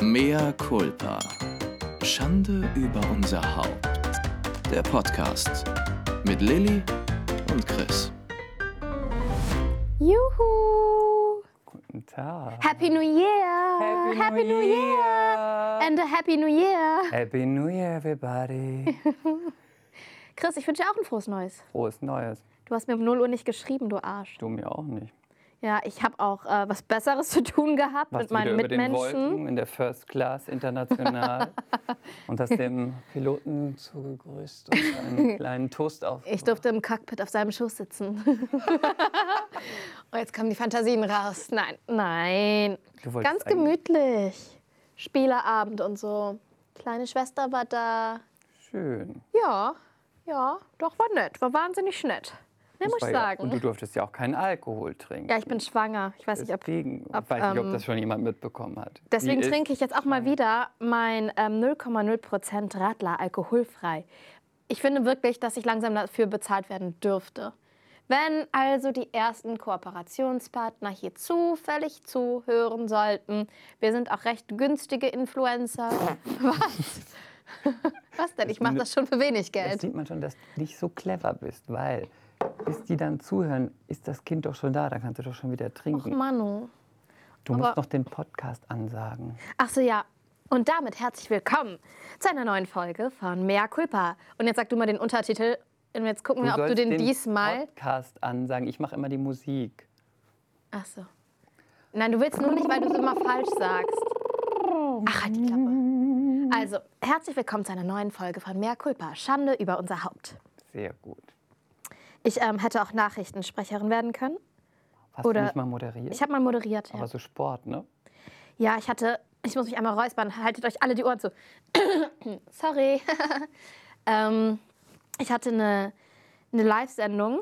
Mea culpa. Schande über unser Haupt. Der Podcast mit Lilly und Chris. Juhu! Guten Tag. Happy New Year! Year. And a Happy New Year! Happy New Year, everybody. Chris, ich wünsche dir auch ein frohes Neues. Frohes Neues. Du hast mir um 0 Uhr nicht geschrieben, du Arsch. Du mir auch nicht. Ja, ich habe auch äh, was Besseres zu tun gehabt mit Warst wieder meinen über den Mitmenschen. Wolken in der First Class international und hast dem Piloten zugegrüßt und einen kleinen Toast auf. Ich durfte im Cockpit auf seinem Schoß sitzen. Und Oh, jetzt kommen die Fantasien raus. Nein, nein. Du wolltest Ganz eigentlich- gemütlich. Spieleabend und so. Kleine Schwester war da. Schön. Ja, ja, doch war nett. War wahnsinnig nett. Ne, Das muss ich war ja- sagen. Und du durftest ja auch keinen Alkohol trinken. Ja, ich bin schwanger. Ich weiß nicht, ob. Deswegen ob, weiß nicht, ähm, ob das schon jemand mitbekommen hat. Deswegen Die ist- trinke ich jetzt auch mal wieder mein ähm, 0,0% Radler alkoholfrei. Ich finde wirklich, dass ich langsam dafür bezahlt werden dürfte. Wenn also die ersten Kooperationspartner hier zufällig zuhören sollten, wir sind auch recht günstige Influencer. Was? Was denn? Ich mache das schon für wenig Das Geld. sieht man schon, dass du nicht so clever bist, weil bis die dann zuhören, ist das Kind doch schon da, dann kannst du doch schon wieder Ach, trinken. Manu. Du Aber- musst noch den Podcast ansagen. Ach so, ja. Und damit herzlich willkommen zu einer neuen Folge von Mea Culpa. Und jetzt sag du mal den Untertitel und jetzt gucken wir, ob du sollst den, diesmal. Podcast ansagen. Ich mache immer die Musik. Ach so. Nein, du willst nur nicht, weil du es immer falsch sagst. Ach, halt die Klappe. Also, herzlich willkommen zu einer neuen Folge von Mea Culpa. Schande über unser Haupt. Sehr gut. Ich ähm, hätte auch Nachrichtensprecherin werden können. Hast Oder- du nicht mal moderiert? Ich habe mal moderiert. Ja. Aber so Sport, ne? Ja, ich hatte, ich muss mich einmal räuspern, haltet euch alle die Ohren zu. Sorry. ähm, ich hatte eine, eine Live-Sendung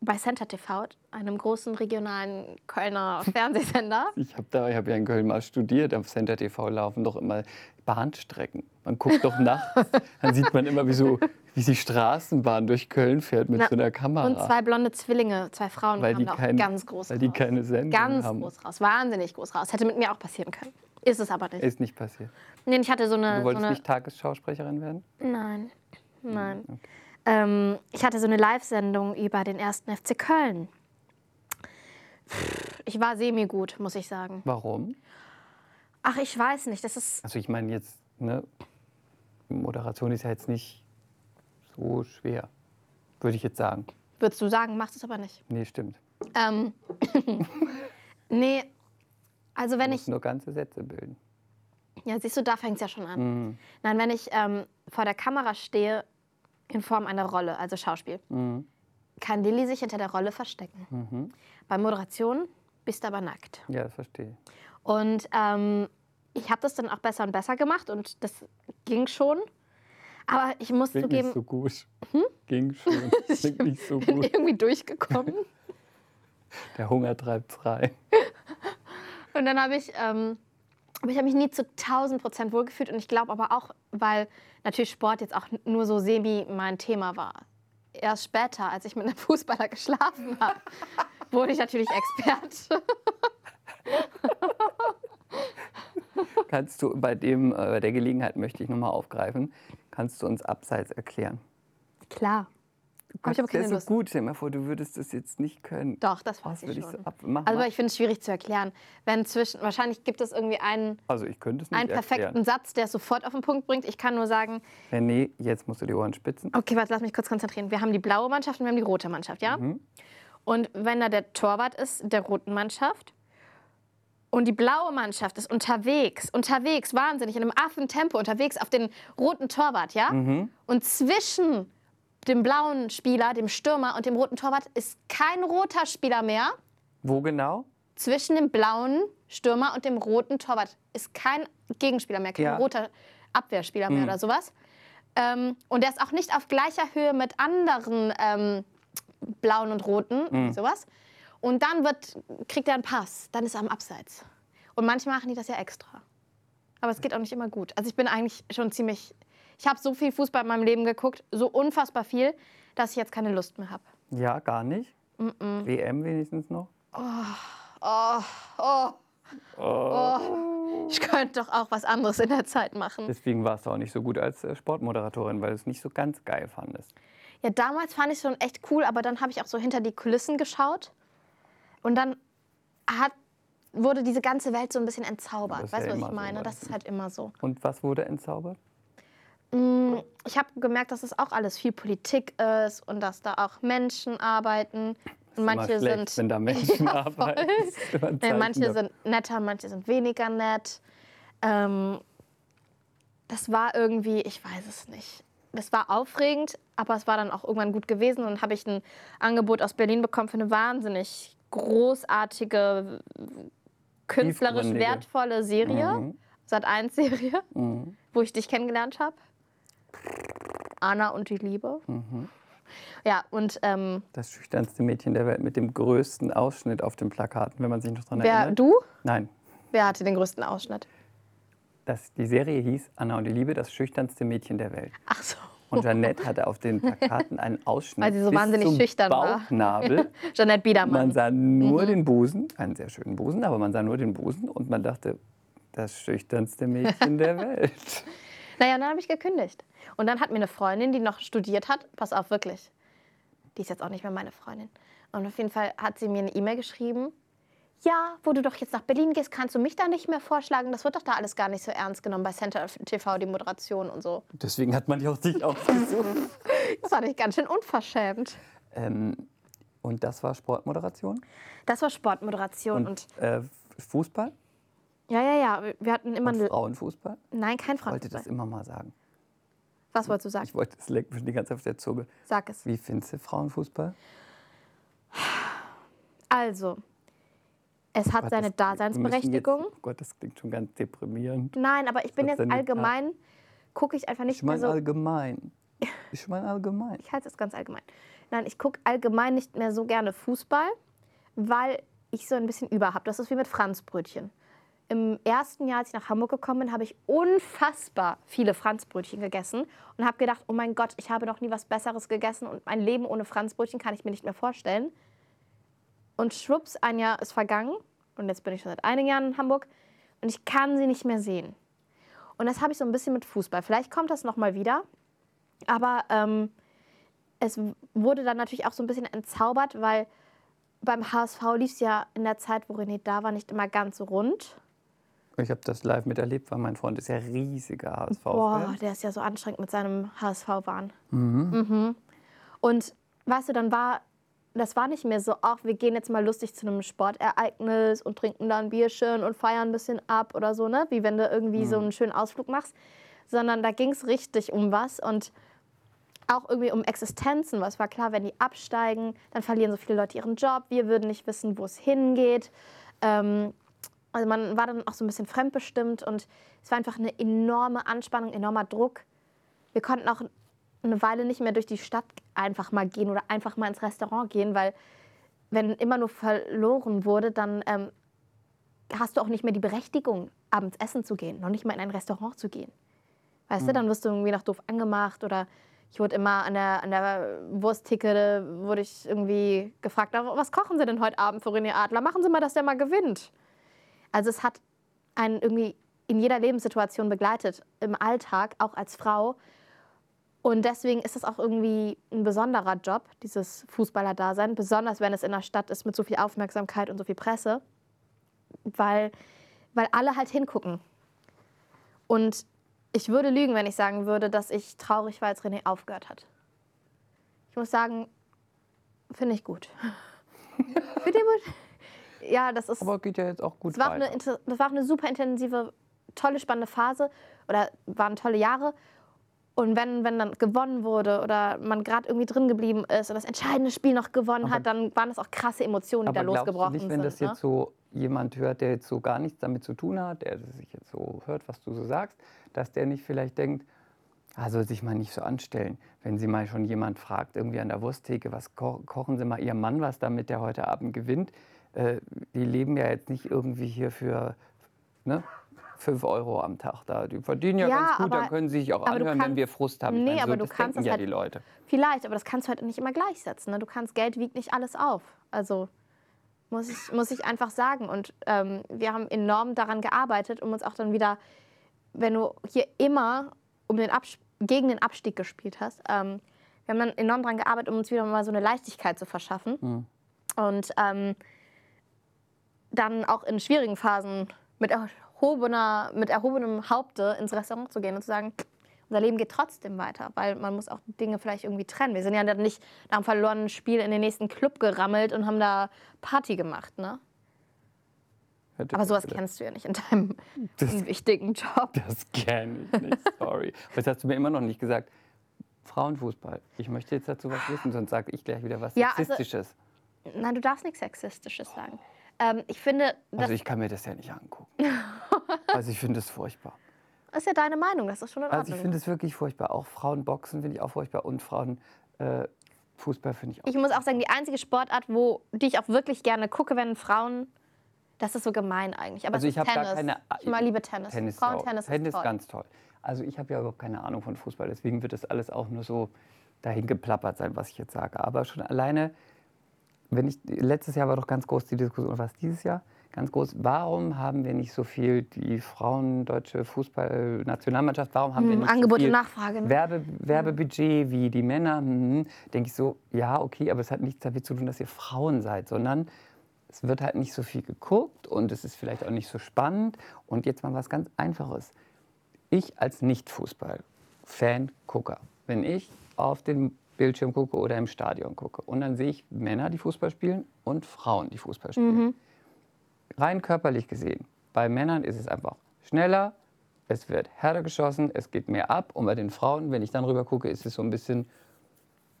bei Center TV, einem großen regionalen Kölner Fernsehsender. Ich habe da, ich habe ja in Köln mal studiert. Am Center TV laufen doch immer Bahnstrecken. Man guckt doch nachts, dann sieht man immer, wie so wie die Straßenbahn durch Köln fährt mit Na, so einer Kamera. Und zwei blonde Zwillinge, zwei Frauen weil kamen die, da auch kein, ganz groß weil die raus. keine Sendung ganz haben. groß raus, wahnsinnig groß raus. Hätte mit mir auch passieren können. Ist es aber nicht. Ist nicht passiert. nee, ich hatte so eine. Du so wolltest eine nicht Tagesschausprecherin werden? Nein, Hm, nein. Ähm, ich hatte so eine Live-Sendung über den ersten FC Köln. Pff, Ich war semi-gut, muss ich sagen. Warum? Ach, ich weiß nicht. Das ist. Also ich meine jetzt, ne, Moderation ist ja jetzt nicht so schwer, würde ich jetzt sagen. Würdest du sagen, machst es aber nicht. Nee, stimmt. Ähm, nee, also wenn Du ich. musst nur ganze Sätze bilden. Ja, siehst du, da fängt es ja schon an. Mhm. Nein, wenn ich ähm, vor der Kamera stehe, in Form einer Rolle, also Schauspiel, Mhm. kann Lilly sich hinter der Rolle verstecken. Mhm. Bei Moderation bist du aber nackt. Ja, das verstehe ich. Und ähm, ich habe das dann auch besser und besser gemacht und das ging schon. Aber ich muss Klingt zugeben, nicht so gut. Hm? Ging schon. Klingt nicht so bin gut. irgendwie durchgekommen. Der Hunger treibt's rein. und dann habe ich, ähm, aber ich habe mich nie zu 1000 Prozent wohlgefühlt und ich glaube aber auch, weil natürlich Sport jetzt auch nur so semi mein Thema war. Erst später, als ich mit einem Fußballer geschlafen habe, wurde ich natürlich Experte. Kannst du bei dem, äh, bei der Gelegenheit möchte ich nochmal aufgreifen, kannst du uns abseits erklären? Klar. Aber ich habe Das wär keine so Lust. gut. Stell dir mal vor, du würdest das jetzt nicht können. Doch, das weiß Was ich würde ich schon. so abmachen? also, aber ich finde es schwierig zu erklären. Wenn zwischen, wahrscheinlich gibt es irgendwie einen also ich könnte es nicht einen perfekten erklären. Satz, der es sofort auf den Punkt bringt. Ich kann nur sagen, René, jetzt musst du die Ohren spitzen. okay, warte, lass mich kurz konzentrieren. Wir haben die blaue Mannschaft und wir haben die rote Mannschaft, ja? Und wenn da der Torwart ist, der roten Mannschaft. Und die blaue Mannschaft ist unterwegs, unterwegs, wahnsinnig, in einem Affentempo unterwegs auf den roten Torwart, ja? Und zwischen dem blauen Spieler, dem Stürmer und dem roten Torwart ist kein roter Spieler mehr. Wo genau? zwischen dem blauen Stürmer und dem roten Torwart ist kein Gegenspieler mehr, kein Ja. roter Abwehrspieler mehr oder sowas. Ähm, und der ist auch nicht auf gleicher Höhe mit anderen ähm, blauen und roten, sowas. Und dann wird, kriegt er einen Pass, dann ist er am Abseits. Und manchmal machen die das ja extra. Aber es geht auch nicht immer gut. Also ich bin eigentlich schon ziemlich, ich habe so viel Fußball in meinem Leben geguckt, so unfassbar viel, dass ich jetzt keine Lust mehr habe. Ja, gar nicht. WM wenigstens noch. Oh, oh, Oh. ich Ich könnte doch auch was anderes in der Zeit machen. Deswegen warst du auch nicht so gut als äh, Sportmoderatorin, weil du es nicht so ganz geil fandest. Ja, damals fand ich schon echt cool, aber dann habe ich auch so hinter die Kulissen geschaut. Und dann hat, wurde diese ganze Welt so ein bisschen entzaubert. Das ist weißt ja du, was immer ich so, meine? das weißt ist halt immer so. Und was wurde entzaubert? Mm, Ich habe gemerkt, dass es auch alles viel Politik ist und dass da auch Menschen arbeiten. Und Ist immer manche schlecht, sind wenn da Menschen Ja, voll. arbeiten. Das ist immer ein Äh, Zeichen manche dafür. sind netter, manche sind weniger nett. Ähm, das war irgendwie, ich weiß es nicht. Es war aufregend, aber es war dann auch irgendwann gut gewesen. Und dann habe ich ein Angebot aus Berlin bekommen für eine wahnsinnig großartige, künstlerisch Tiefgründige. wertvolle Serie, Mhm. Sat1-Serie, Mhm. wo ich dich kennengelernt habe. Anna und die Liebe. Mhm. Ja, und ähm, Das schüchternste Mädchen der Welt mit dem größten Ausschnitt auf den Plakaten, wenn man sich noch dran wer, erinnert. du? Nein, Wer hatte den größten Ausschnitt? das, die Serie hieß Anna und die Liebe, das schüchternste Mädchen der Welt. Ach so. Und Jeanette hatte auf den Plakaten einen Ausschnitt Weil sie so bis wahnsinnig zum schüchtern war. Bauchnabel. Jeanette Biedermann. Man sah nur Mhm. den Busen, einen sehr schönen Busen, aber man sah nur den Busen und man dachte, das schüchternste Mädchen der Welt. Naja, und dann habe ich gekündigt. Und dann hat mir eine Freundin, die noch studiert hat, pass auf, wirklich, die ist jetzt auch nicht mehr meine Freundin. Und auf jeden Fall hat sie mir eine E-Mail geschrieben. Ja, wo du doch jetzt nach Berlin gehst, kannst du mich da nicht mehr vorschlagen. Das wird doch da alles gar nicht so ernst genommen bei Center TV, die Moderation und so. Deswegen hat man ja auch dich ausgesucht. Das fand ich ganz schön unverschämt. ähm, und das war Sportmoderation Das war Sportmoderation und, äh, Fußball ja, ja, ja. Wir hatten immer und eine. Frauenfußball. Nein, kein Ich wollte das Frauenfußball. immer mal sagen. Was wolltest du sagen? Ich wollte, es leckt mich die ganze Zeit auf der Zunge. Sag es. Wie findest du Frauenfußball? Also, es hat Gott, seine das- wir müssen Daseinsberechtigung. Jetzt, oh Gott, das klingt schon ganz deprimierend. Nein, aber ich bin Was jetzt denn jetzt? allgemein, gucke ich einfach nicht Ich meine mehr so. allgemein. Ich meine allgemein. Ich halte es ganz allgemein. Nein, ich gucke allgemein nicht mehr so gerne Fußball, weil ich so ein bisschen über habe. Das ist wie mit Franzbrötchen. Im ersten Jahr, als ich nach Hamburg gekommen bin, habe ich unfassbar viele Franzbrötchen gegessen und habe gedacht, oh mein Gott, ich habe noch nie was Besseres gegessen und ein Leben ohne Franzbrötchen kann ich mir nicht mehr vorstellen. Und schwupps, ein Jahr ist vergangen und jetzt bin ich schon seit einigen Jahren in Hamburg und ich kann sie nicht mehr sehen. Und das habe ich so ein bisschen mit Fußball. Vielleicht kommt das nochmal wieder, aber ähm, es wurde dann natürlich auch so ein bisschen entzaubert, weil beim HSV lief es ja in der Zeit, wo René da war, nicht immer ganz so rund. Ich habe das live miterlebt, weil mein Freund ist ja riesiger Boah, HSV-Fan. der ist ja so anstrengend mit seinem HSV-Wahn. Mhm. Und weißt du, dann war, das war nicht mehr so, ach, wir gehen jetzt mal lustig zu einem Sportereignis und trinken da ein Bierchen und feiern ein bisschen ab oder so, ne? Wie wenn du irgendwie so einen schönen Ausflug machst. Sondern da ging es richtig um was und auch irgendwie um Existenzen. Was war klar, wenn die absteigen, dann verlieren so viele Leute ihren Job. Wir würden nicht wissen, wo es hingeht. Ähm, also man war dann auch so ein bisschen fremdbestimmt und es war einfach eine enorme Anspannung, enormer Druck. Wir konnten auch eine Weile nicht mehr durch die Stadt einfach mal gehen oder einfach mal ins Restaurant gehen, weil wenn immer nur verloren wurde, dann ähm, hast du auch nicht mehr die Berechtigung, abends essen zu gehen, noch nicht mal in ein Restaurant zu gehen. Weißt du, dann wirst du irgendwie noch doof angemacht oder ich wurde immer an der, an der Wursttheke, wurde ich irgendwie gefragt, "Aber was kochen Sie denn heute Abend für René Adler? Machen Sie mal, dass der mal gewinnt. Also es hat einen irgendwie in jeder Lebenssituation begleitet, im Alltag, auch als Frau. Und deswegen ist es auch irgendwie ein besonderer Job, dieses Fußballer-Dasein, besonders wenn es in der Stadt ist mit so viel Aufmerksamkeit und so viel Presse, weil, weil alle halt hingucken. Und ich würde lügen, wenn ich sagen würde, dass ich traurig war, als René aufgehört hat. Ich muss sagen, finde ich gut. Finde ich gut. Ja, das ist. Aber geht ja jetzt auch gut Es war, auch eine, weiter. inter- das war auch eine super intensive, tolle, spannende Phase oder waren tolle Jahre. Und wenn, wenn dann gewonnen wurde oder man gerade irgendwie drin geblieben ist und das entscheidende Spiel noch gewonnen Aber- hat, dann waren das auch krasse Emotionen, die Aber da glaubst du losgebrochen nicht, wenn sind. das ne? jetzt so jemand hört, der jetzt so gar nichts damit zu tun hat, der sich jetzt so hört, was du so sagst, dass der nicht vielleicht denkt, ah, soll sich mal nicht so anstellen, wenn sie mal schon jemand fragt, irgendwie an der Wursttheke, was ko kochen sie mal ihrem Mann was, damit der heute Abend gewinnt. Äh, die leben ja jetzt nicht irgendwie hier für ne, 5 Euro am Tag da. Die verdienen ja, Ja, ganz gut, aber- dann können sie sich auch aber du anhören, wenn kannst- wir Frust haben. Nee, ich meine, aber so, du das kannst denken es ja halt- die Leute. Vielleicht, aber das kannst du halt nicht immer gleichsetzen. Ne? Du kannst, Geld wiegt nicht alles auf. Also Muss ich, muss ich einfach sagen. Und ähm, wir haben enorm daran gearbeitet, um uns auch dann wieder, wenn du hier immer um den Abs gegen den Abstieg gespielt hast, ähm, wir haben dann enorm daran gearbeitet, um uns wieder mal so eine Leichtigkeit zu verschaffen. Mhm. Und ähm, dann auch in schwierigen Phasen mit, erhobener, mit erhobenem Haupte ins Restaurant zu gehen und zu sagen, unser Leben geht trotzdem weiter, weil man muss auch Dinge vielleicht irgendwie trennen. Wir sind ja dann nicht nach einem verlorenen Spiel in den nächsten Club gerammelt und haben da Party gemacht, ne? Hätte Aber ich sowas gedacht. kennst du ja nicht in deinem Das- wichtigen Job. Das kenn ich nicht, sorry. Aber das hast du mir immer noch nicht gesagt. Frauenfußball. Ich möchte jetzt dazu was wissen, sonst sage ich gleich wieder was Ja, also- Sexistisches. Nein, du darfst nichts Sexistisches sagen. Ähm, ich finde, Also, das ich kann mir das ja nicht angucken. also ich finde es furchtbar. ist ja deine Meinung, das ist schon in Ordnung. Also ich finde es wirklich furchtbar. Auch Frauenboxen finde ich auch furchtbar und Frauenfußball äh, Fußball finde ich auch. ich muss auch sagen, die einzige Sportart, wo, die ich auch wirklich gerne gucke, wenn Frauen. Das ist so gemein eigentlich. Aber Also es ist ich habe Tennis. gar keine. ich mal liebe Tennis. Tennis, Frauentennis Tennis, Tennis ist toll. ganz toll. Also ich habe ja überhaupt keine Ahnung von Fußball, deswegen wird das alles auch nur so dahin geplappert sein, was ich jetzt sage. Aber schon alleine, wenn ich letztes Jahr war doch ganz groß die Diskussion, oder was dieses Jahr ganz groß. Warum haben wir nicht so viel die Frauen deutsche Fußballnationalmannschaft? Warum haben wir Hm, nicht Angebot so viel und Nachfrage, ne? Werbe, Werbebudget wie die Männer? Hm, denke ich so, ja okay, aber es hat nichts damit zu tun, dass ihr Frauen seid, sondern es wird halt nicht so viel geguckt und es ist vielleicht auch nicht so spannend. Und jetzt mal was ganz Einfaches. Ich als Nicht-Fußball-Fan-Gucker, wenn ich auf den Bildschirm gucke oder im Stadion gucke und dann sehe ich Männer, die Fußball spielen und Frauen, die Fußball spielen. Rein körperlich gesehen, bei Männern ist es einfach schneller, es wird härter geschossen, es geht mehr ab und bei den Frauen, wenn ich dann rüber gucke, ist es so ein bisschen,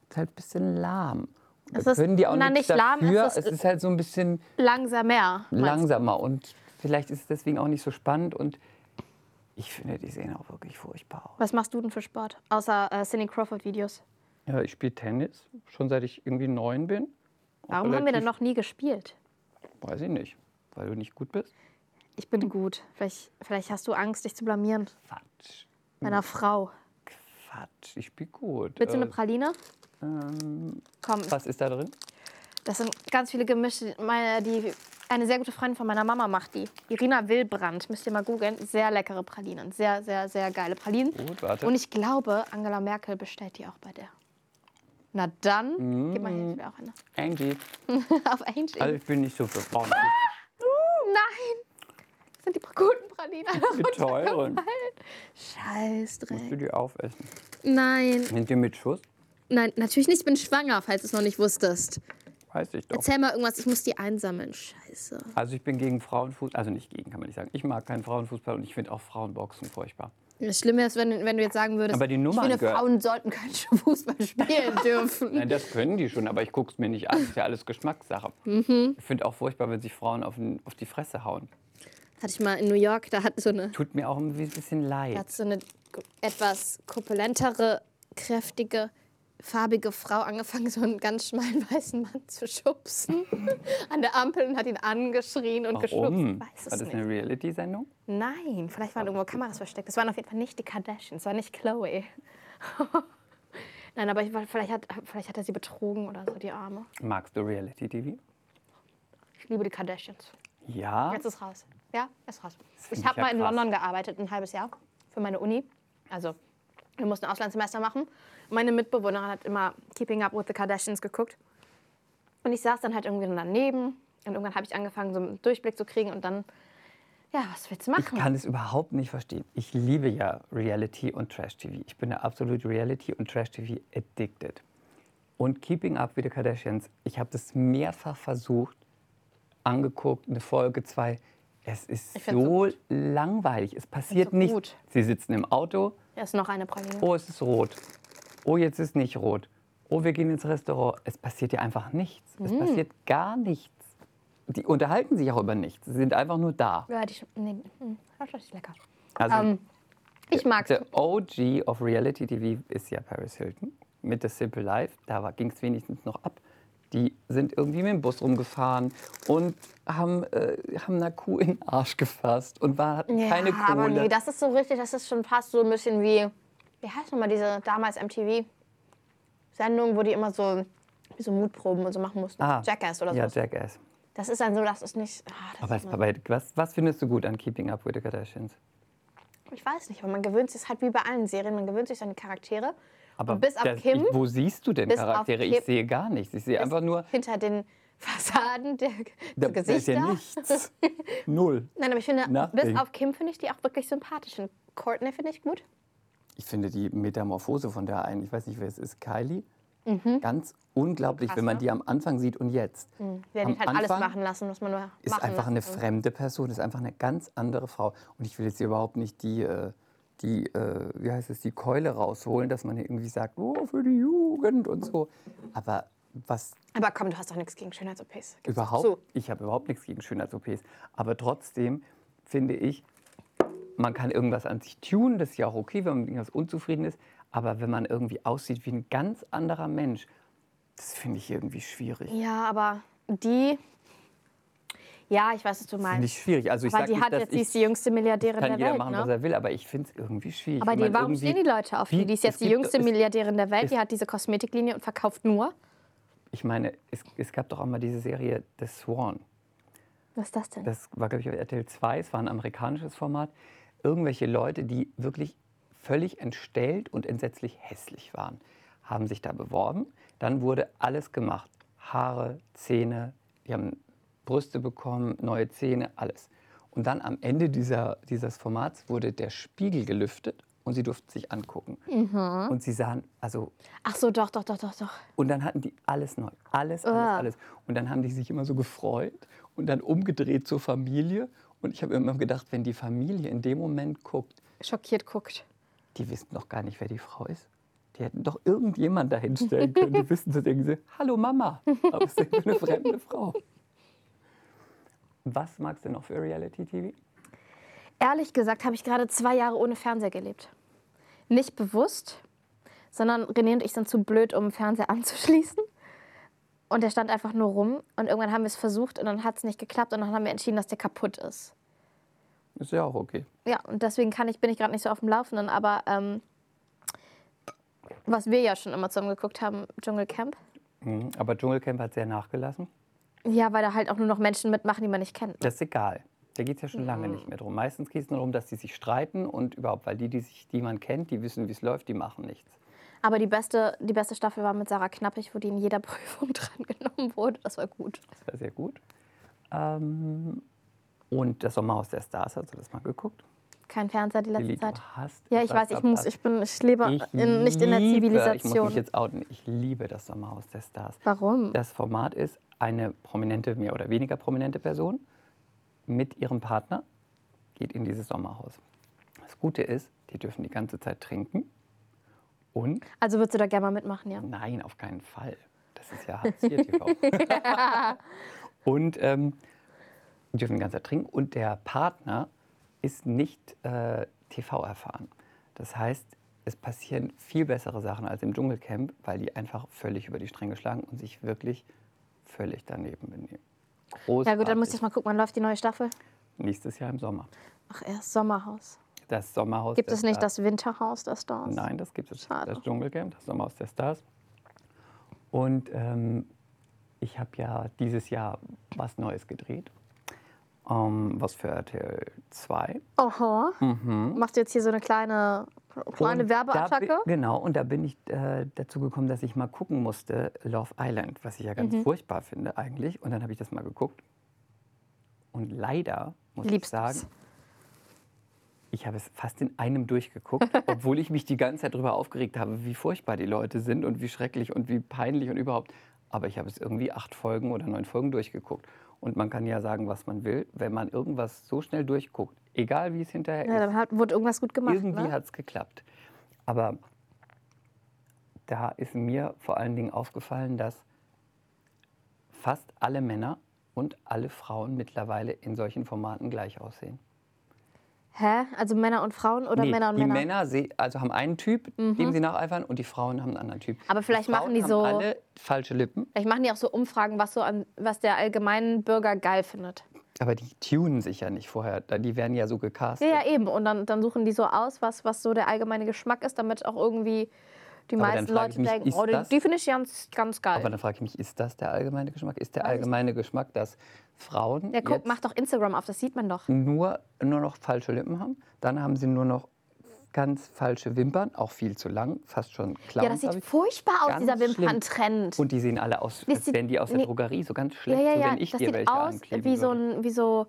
ist halt ein bisschen lahm. Es Da ist- können die auch na, nichts nicht lahm, es dafür. ist- es ist halt so ein bisschen Langsamer. meinst du? langsamer und vielleicht ist es deswegen auch nicht so spannend und ich finde, die sehen auch wirklich furchtbar aus. Was machst du denn für Sport? Außer äh, Cindy Crawford-Videos. Ja, ich spiele Tennis schon seit ich irgendwie neun bin. Auch Warum haben wir denn relativ- noch nie gespielt? Weiß ich nicht, weil du nicht gut bist. Ich bin gut. Vielleicht, vielleicht hast du Angst, dich zu Hm. blamieren. Quatsch, Meiner Frau. Quatsch, ich spiele gut. Willst du eine Äh, Praline? ähm, Komm, was ist da drin? das sind ganz viele Gemische. Meine, die, eine sehr gute Freundin von meiner Mama macht die. Irina Willbrand. Müsst ihr mal googeln. Sehr leckere Pralinen. Sehr, sehr, sehr geile Pralinen. Gut, warte. Und ich glaube, Angela Merkel bestellt die auch bei der. Na dann, gib mal her, ich will auch eine. Angie, Auf Angel. also ich bin nicht so für Frauen. Oh nein! Sind die guten Pralinen Wie teuer und Scheiß musst du Dreck. die aufessen. Nein, Sind die mit Schuss? nein, natürlich nicht. Ich bin schwanger, falls du es noch nicht wusstest. Weiß ich doch. Erzähl mal irgendwas, ich muss die einsammeln. Scheiße. Also ich bin gegen Frauenfußball, also nicht gegen, kann man nicht sagen. Ich mag keinen Frauenfußball und ich finde auch Frauenboxen furchtbar. Das Schlimme ist, wenn, wenn du jetzt sagen würdest, Aber die ich Nummern finde, gehören- Frauen sollten keinen Fußball spielen dürfen. Nein, das können die schon, aber ich gucke es mir nicht an. Ist ja alles Geschmackssache. Mhm. Ich finde auch furchtbar, wenn sich Frauen auf, den, auf die Fresse hauen. Hatte ich mal in New York, da hat so eine Tut mir auch irgendwie ein bisschen leid. Da hat so eine etwas korpulentere, kräftige, farbige Frau angefangen, so einen ganz schmalen weißen Mann zu schubsen an der Ampel und hat ihn angeschrien und Warum? War geschubst. Ich Weiß das es nicht. eine Reality-Sendung? Nein, vielleicht waren irgendwo Kameras versteckt. Das waren auf jeden Fall nicht die Kardashians, das war nicht Chloe. Nein, aber ich, war- vielleicht, hat, vielleicht hat er sie betrogen oder so, die Arme. Magst du Reality-TV? Ich liebe die Kardashians. Ja. Jetzt ist raus. Ja, ist raus. find Ich ich habe ja mal in krass. London gearbeitet, ein halbes Jahr für meine Uni. Also, wir mussten ein Auslandssemester machen. Und meine Mitbewohnerin hat immer Keeping Up with the Kardashians geguckt. Und ich saß dann halt irgendwie daneben. Und irgendwann habe ich angefangen, so einen Durchblick zu kriegen. Und dann, ja, was willst du Ich machen? kann es überhaupt nicht verstehen. Ich liebe ja Reality und Trash-TV. Ich bin ja absolut Reality und Trash-TV addicted. Und Keeping Up with the Kardashians, ich habe das mehrfach versucht, angeguckt, eine Folge, zwei. Es ist Ich find's so so langweilig. Es passiert so nichts. gut. Sie sitzen im Auto. Da ist noch eine Praline. Oh, es ist rot. Oh, jetzt ist nicht rot. Oh, wir gehen ins Restaurant. Es passiert ja einfach nichts. Mm. Es passiert gar nichts. Die unterhalten sich auch über nichts. Sie sind einfach nur da. Ja, die, sch- nee, hm, das ist lecker. Also Ähm, ich mag der OG of Reality TV ist ja Paris Hilton mit The Simple Life. Da ging es wenigstens noch ab. Die sind irgendwie mit dem Bus rumgefahren und haben, äh, haben einer Kuh in den Arsch gefasst und war, hatten keine Kohle. aber nee, das ist so richtig, das ist schon fast so ein bisschen wie, wie heißt nochmal diese damals MTV-Sendung, wo die immer so, wie so Mutproben und so machen mussten. Ah, Jackass oder ja, so. Jackass. Das ist dann so, das ist nicht. ah, das Aber ist es- immer- aber was, was findest du gut an Keeping Up with the Kardashians? ich weiß nicht, aber man gewöhnt sich halt wie bei allen Serien, man gewöhnt sich an die Charaktere. Aber Und bis auf das, Kim- ich, wo siehst du denn bis auf Charaktere? Kim- Ich sehe gar nichts. Ich sehe einfach nur, Hinter den Fassaden der, der da, da ist Gesichter. ja nichts. Null. Nein, aber ich finde, Nothing. bis auf Kim finde ich die auch wirklich sympathisch. Und Courtney finde ich gut. Ich finde die Metamorphose von der einen, ich weiß nicht, wer es ist, Kylie, ganz unglaublich, Mhm. Krass, wenn man ne? die am Anfang sieht und jetzt. Sie hat Am ihn halt alles Anfang machen lassen, was man nur Ist machen einfach eine lassen kann. fremde Person, ist einfach eine ganz andere Frau. Und ich will jetzt hier überhaupt nicht die, äh, die äh, wie heißt es, die Keule rausholen, dass man hier irgendwie sagt, oh, für die Jugend und so. Aber was Aber komm, du hast doch nichts gegen Schönheits-OPs. Gib's Überhaupt, zu. ich habe überhaupt nichts gegen Schönheits-OPs. Aber trotzdem finde ich, man kann irgendwas an sich tunen, das ist ja auch okay, wenn man mit irgendwas unzufrieden ist. Aber wenn man irgendwie aussieht wie ein ganz anderer Mensch, das finde ich irgendwie schwierig. Ja, aber die. Ja, ich weiß, was du Finde meinst. ich schwierig. Also ich aber sage die nicht, hat dass jetzt, die ich ist die jüngste Milliardärin kann der jeder Welt. machen, was ne? er will, aber ich finde es irgendwie schwierig. Aber wenn die, man warum irgendwie- stehen die Leute auf die? Wie- Die ist es jetzt die gibt- jüngste es- Milliardärin der Welt. es- Die hat diese Kosmetiklinie und verkauft nur. Ich meine, es, es gab doch auch mal diese Serie The Swan. Was ist das denn? das war, glaube ich, auf RTL 2, es war ein amerikanisches Format, irgendwelche Leute, die wirklich völlig entstellt und entsetzlich hässlich waren, haben sich da beworben. Dann wurde alles gemacht. Haare, Zähne, die haben Brüste bekommen, neue Zähne, alles. Und dann am Ende dieser, dieses Formats wurde der Spiegel gelüftet und sie durften sich angucken. Und sie sahen, also Ach so, doch, doch, doch, doch, doch. und dann hatten die alles neu. Alles, alles, Ah. alles. Und dann haben die sich immer so gefreut und dann umgedreht zur Familie. Und ich habe immer gedacht, wenn die Familie in dem Moment guckt, Schockiert guckt. die wissen doch gar nicht, wer die Frau ist. Die hätten doch irgendjemand dahinstellen können. Die wissen so, denken sie, hallo Mama. Aber es ist eine fremde Frau. Was magst du noch für Reality-TV? Ehrlich gesagt habe ich gerade zwei Jahre ohne Fernseher gelebt. Nicht bewusst, sondern René und ich sind zu blöd, um den Fernseher anzuschließen. Und der stand einfach nur rum. Und irgendwann haben wir es versucht und dann hat es nicht geklappt. Und dann haben wir entschieden, dass der kaputt ist. Ist ja auch okay. Ja, und deswegen kann ich, bin ich gerade nicht so auf dem Laufenden. Aber ähm, was wir ja schon immer zusammen geguckt haben, Dschungelcamp. Mhm. Aber Dschungelcamp hat sehr nachgelassen. Ja, weil da halt auch nur noch Menschen mitmachen, die man nicht kennt. Das ist egal. Da geht es ja schon Mhm. lange nicht mehr drum. Meistens geht es nur darum, dass die sich streiten und überhaupt, weil die, die, sich, die man kennt, die wissen, wie es läuft, die machen nichts. Aber die beste, die beste Staffel war mit Sarah Knappig, wo die in jeder Prüfung dran genommen wurde. Das war gut. Das war sehr gut. Ähm, und das Sommerhaus der Stars, hast du das mal geguckt? Kein Fernseher die letzte Lilly, du Zeit. hast Ja, ich das weiß, ich muss, verpasst. ich bin, ich lebe Ich in, nicht in der liebe- Ich muss mich Zivilisation. jetzt outen. Ich liebe das Sommerhaus der Stars. Warum? Das Format ist eine prominente, mehr oder weniger prominente Person mit ihrem Partner geht in dieses Sommerhaus. Das Gute ist, die dürfen die ganze Zeit trinken und Also würdest du da gerne mal mitmachen, ja? Nein, auf keinen Fall. Das ist ja Hartz IV TV. und ähm, die dürfen ganz ertrinken. Und der Partner ist nicht äh, TV erfahren. Das heißt, es passieren viel bessere Sachen als im Dschungelcamp, weil die einfach völlig über die Stränge schlagen und sich wirklich völlig daneben benehmen. Großartig. Ja gut, dann muss ich mal gucken, wann läuft die neue Staffel? Nächstes Jahr im Sommer. Ach, erst Sommerhaus. Das Sommerhaus. Gibt der es nicht Stars. das Winterhaus der Stars? Nein, das gibt es. nicht. Schade. Das Dschungelcamp, das Sommerhaus der Stars. Und ähm, ich habe ja dieses Jahr was Neues gedreht. Ähm, was für RTL 2. Oho. Machst du jetzt hier so eine kleine, kleine Mhm. Und Da, Werbeattacke? bi- genau, und da bin ich äh, dazu gekommen, dass ich mal gucken musste, Love Island, was ich ja Mhm. ganz furchtbar finde eigentlich. Und dann habe ich das mal geguckt. Und leider muss Liebst ich sagen, du's? ich habe es fast in einem durchgeguckt, obwohl ich mich die ganze Zeit darüber aufgeregt habe, wie furchtbar die Leute sind und wie schrecklich und wie peinlich und überhaupt. Aber ich habe es irgendwie acht Folgen oder neun Folgen durchgeguckt. Und man kann ja sagen, was man will, wenn man irgendwas so schnell durchguckt, egal wie es hinterher Ja, ist. dann hat, wurde irgendwas gut gemacht, Irgendwie ne? hat es geklappt. Aber da ist mir vor allen Dingen aufgefallen, dass fast alle Männer und alle Frauen mittlerweile in solchen Formaten gleich aussehen. Hä? Also Männer und Frauen oder Nee, Männer und die Männer? Mhm. se- also haben einen Typ, dem sie nacheifern, und die Frauen haben einen anderen Typ. Aber vielleicht die Frauen machen die haben so- alle falsche Lippen, Vielleicht machen die auch so Umfragen, was, so an, was der allgemeine Bürger geil findet. aber die tunen sich ja nicht vorher. da- Die werden ja so gecastet. Ja, ja, eben. Und dann, dann suchen die so aus, was, was so der allgemeine Geschmack ist, damit auch irgendwie Die Aber dann meisten frage Leute ich mich, denken, ist oh, die, das- die finde ich ganz, ganz geil. Aber dann frage ich mich, ist das der allgemeine Geschmack? Ist der Weiß ich allgemeine Geschmack, dass Frauen ja, guck, jetzt mach doch Instagram auf, das sieht man doch. nur, nur noch falsche Lippen haben? Dann haben sie nur noch ganz falsche Wimpern, auch viel zu lang, fast schon Clowns, Ja, das sieht glaub ich. furchtbar aus, Ganz dieser schlimm. Wimperntrend. Und die sehen alle aus, Das als sieht- wären die aus der nee. Drogerie, so ganz schlecht, Ja, ja, so ja, wenn ich das dir sieht welche aus ankleben wie so, würde. ein, wie so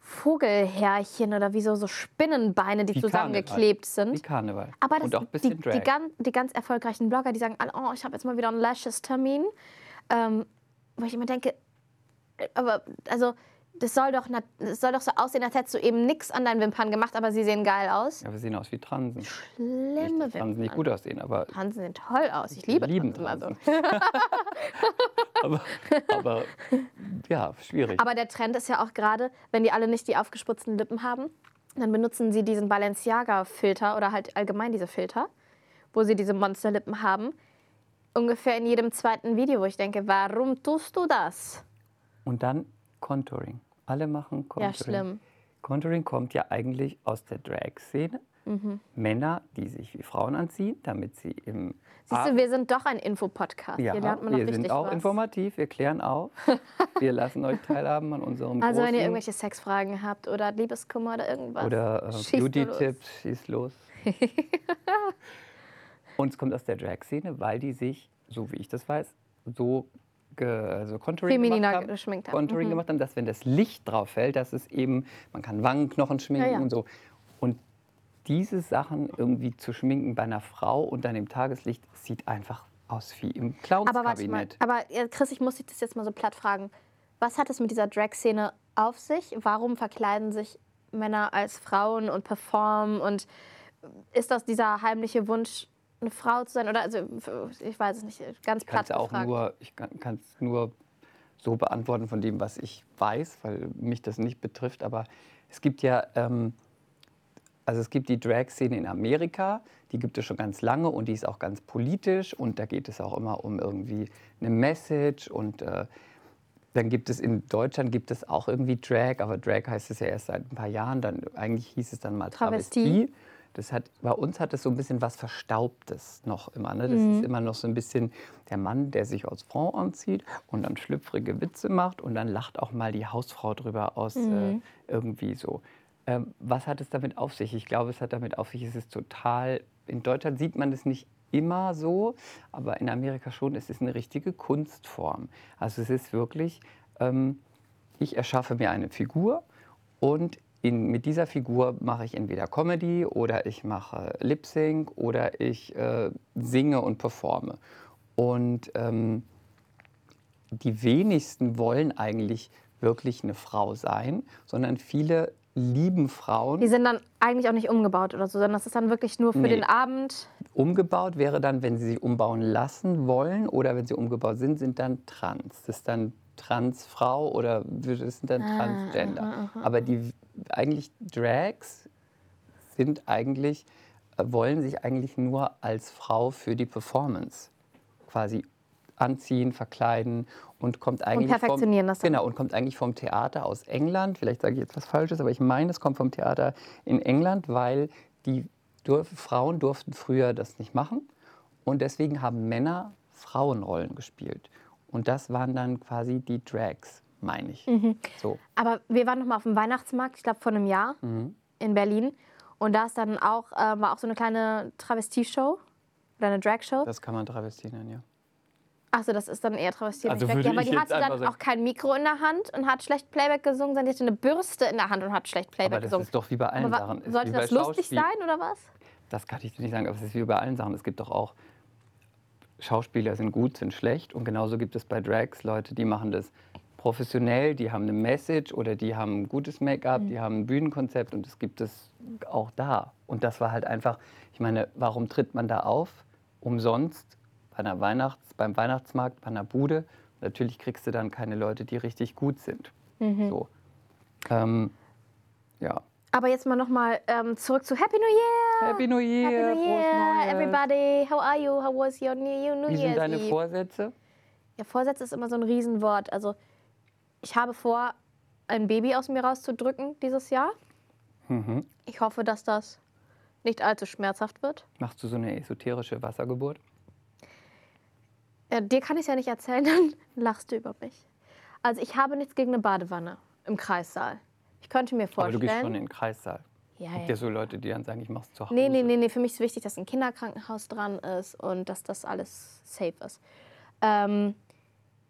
Vogelhärchen oder wie so, so Spinnenbeine, die Wie zusammengeklebt Karneval. Wie sind. Karneval. Aber das, Und auch ein die, bisschen Drag. die, ganz, die ganz erfolgreichen Blogger, die sagen, alle, oh, ich habe jetzt mal wieder einen Lashes-Termin. Ähm, wo ich immer denke, äh, aber also das soll doch, nat- das soll doch so aussehen, als hättest du eben nichts an deinen Wimpern gemacht, aber sie sehen geil aus. ja, wir sehen aus wie Transen. Nicht, Schlimme dass Transen nicht Wimpern. gut aussehen, aber, Hansen sehen toll aus. Ich liebe lieben Hansen. Also. aber, aber ja, schwierig. Aber der Trend ist ja auch gerade, wenn die alle nicht die aufgespritzten Lippen haben, dann benutzen sie diesen Balenciaga-Filter oder halt allgemein diese Filter, wo sie diese Monsterlippen haben. Ungefähr in jedem zweiten Video, wo ich denke, warum tust du das? Und dann Contouring. Alle machen Contouring. Ja, schlimm. Contouring kommt ja eigentlich aus der Drag-Szene. Mhm. Männer, die sich wie Frauen anziehen, damit sie im Siehst Ab- du, wir sind doch ein Infopodcast. Ah. ja, Hier lernt man noch wir sind richtig auch was. informativ, wir klären auf, wir lassen euch teilhaben an unserem Also wenn ihr großen- irgendwelche Sexfragen habt oder Liebeskummer oder irgendwas. Oder schießt äh, nur Beauty-Tipps, schieß los. Und es kommt aus der Drag-Szene, weil die sich, so wie ich das weiß, so ge, so Contouring Femininer gemacht haben, geschminkt haben. Contouring Mhm. gemacht haben, dass wenn das Licht drauf fällt, dass es eben, man kann Wangenknochen schminken Ja, ja. und so. Und diese Sachen irgendwie zu schminken bei einer Frau und dann im Tageslicht sieht einfach aus wie im Aber warte mal, Clownskabinett. aber äh, Chris, ich muss dich das jetzt mal so platt fragen. Was hat es mit dieser Drag-Szene auf sich? Warum verkleiden sich Männer als Frauen und performen? Und ist das dieser heimliche Wunsch, eine Frau zu sein? Oder also, ich weiß es nicht, ganz Ich kann platt es auch gefragt. nur, ich kann es nur so beantworten von dem, was ich weiß, weil mich das nicht betrifft. Aber es gibt ja, ähm, also es gibt die Drag-Szene in Amerika, die gibt es schon ganz lange und die ist auch ganz politisch und da geht es auch immer um irgendwie eine Message und äh, dann gibt es in Deutschland gibt es auch irgendwie Drag, aber Drag heißt es ja erst seit ein paar Jahren. Dann eigentlich hieß es dann mal Travestie. Travestie. Das hat bei uns hat es so ein bisschen was Verstaubtes noch immer. Ne? Das ist immer noch so ein bisschen der Mann, der sich als Frau anzieht und dann schlüpfrige Witze macht und dann lacht auch mal die Hausfrau drüber aus äh, irgendwie so. Ähm, was hat es damit auf sich? Ich glaube, es hat damit auf sich, es ist total. In Deutschland sieht man es nicht immer so, aber in Amerika schon. Es ist eine richtige Kunstform. Also es ist wirklich, ähm, ich erschaffe mir eine Figur und in, mit dieser Figur mache ich entweder Comedy oder ich mache Lip Sync oder ich äh, singe und performe. Und ähm, die wenigsten wollen eigentlich wirklich eine Frau sein, sondern viele lieben Frauen. Die sind dann eigentlich auch nicht umgebaut oder so, sondern das ist dann wirklich nur für Nee. den Abend. Umgebaut wäre dann, wenn sie sich umbauen lassen wollen oder wenn sie umgebaut sind, sind dann trans. Das ist dann Transfrau oder das sind dann Transgender. Aber die eigentlich Drags sind eigentlich, äh, wollen sich eigentlich nur als Frau für die Performance quasi anziehen, verkleiden und kommt eigentlich perfektionieren vom, das dann. Genau, und kommt eigentlich vom Theater aus England. Vielleicht sage ich jetzt was Falsches, aber ich meine, es kommt vom Theater in England, weil die dürf, Frauen durften früher das nicht machen und deswegen haben Männer Frauenrollen gespielt. Und das waren dann quasi die Drags, meine ich. Mhm. So. mhm. Aber wir waren noch mal auf dem Weihnachtsmarkt, ich glaube vor einem Jahr in Berlin. Und da ist dann auch, äh, war auch so eine kleine Travestie-Show oder eine Drag-Show. Das kann man Travestie nennen, ja. Achso, das ist dann eher travestiert. Also nicht weg. würde Ja, aber ich die jetzt hatte einfach dann sagen- auch kein Mikro in der Hand und hat schlecht Playback gesungen, sondern die hatte eine Bürste in der Hand und hat schlecht Playback Aber das gesungen. ist doch wie bei allen Aber wa- Sachen. Ist sollte wie bei das lustig Schauspiel- sein oder was? Das kann ich dir nicht sagen, aber es ist wie bei allen Sachen. Es gibt doch auch Schauspieler sind gut, sind schlecht. Und genauso gibt es bei Drags Leute, die machen das professionell, die haben eine Message oder die haben ein gutes Make-up, Mhm. die haben ein Bühnenkonzept und es gibt es auch da. Und das war halt einfach, ich meine, warum tritt man da auf? Umsonst bei einer Weihnachts-, beim Weihnachtsmarkt, bei einer Bude. Natürlich kriegst du dann keine Leute, die richtig gut sind. Mhm. So. Ähm, ja. Aber jetzt mal nochmal ähm, zurück zu Happy New Year! Happy New Year! Happy New frohes Year, Neues. everybody! How are you? How was your New, your new Wie sind Year's deine Eve? Vorsätze? ja, Vorsatz ist immer so ein Riesenwort. Also ich habe vor, ein Baby aus mir rauszudrücken dieses Jahr. Mhm. Ich hoffe, dass das nicht allzu schmerzhaft wird. Machst du so eine esoterische Wassergeburt? Äh, dir kann ich es ja nicht erzählen, dann lachst du über mich. Also ich habe nichts gegen eine Badewanne im Kreissaal. Ich könnte mir Aber du vorstellen. gehst schon in den Kreissaal. ja, Gibt ja. ja so Leute, die dann sagen, ich mach's zu Hause. Nee, nee, nee, nee, für mich ist wichtig, dass ein Kinderkrankenhaus dran ist und dass das alles safe ist. Ähm,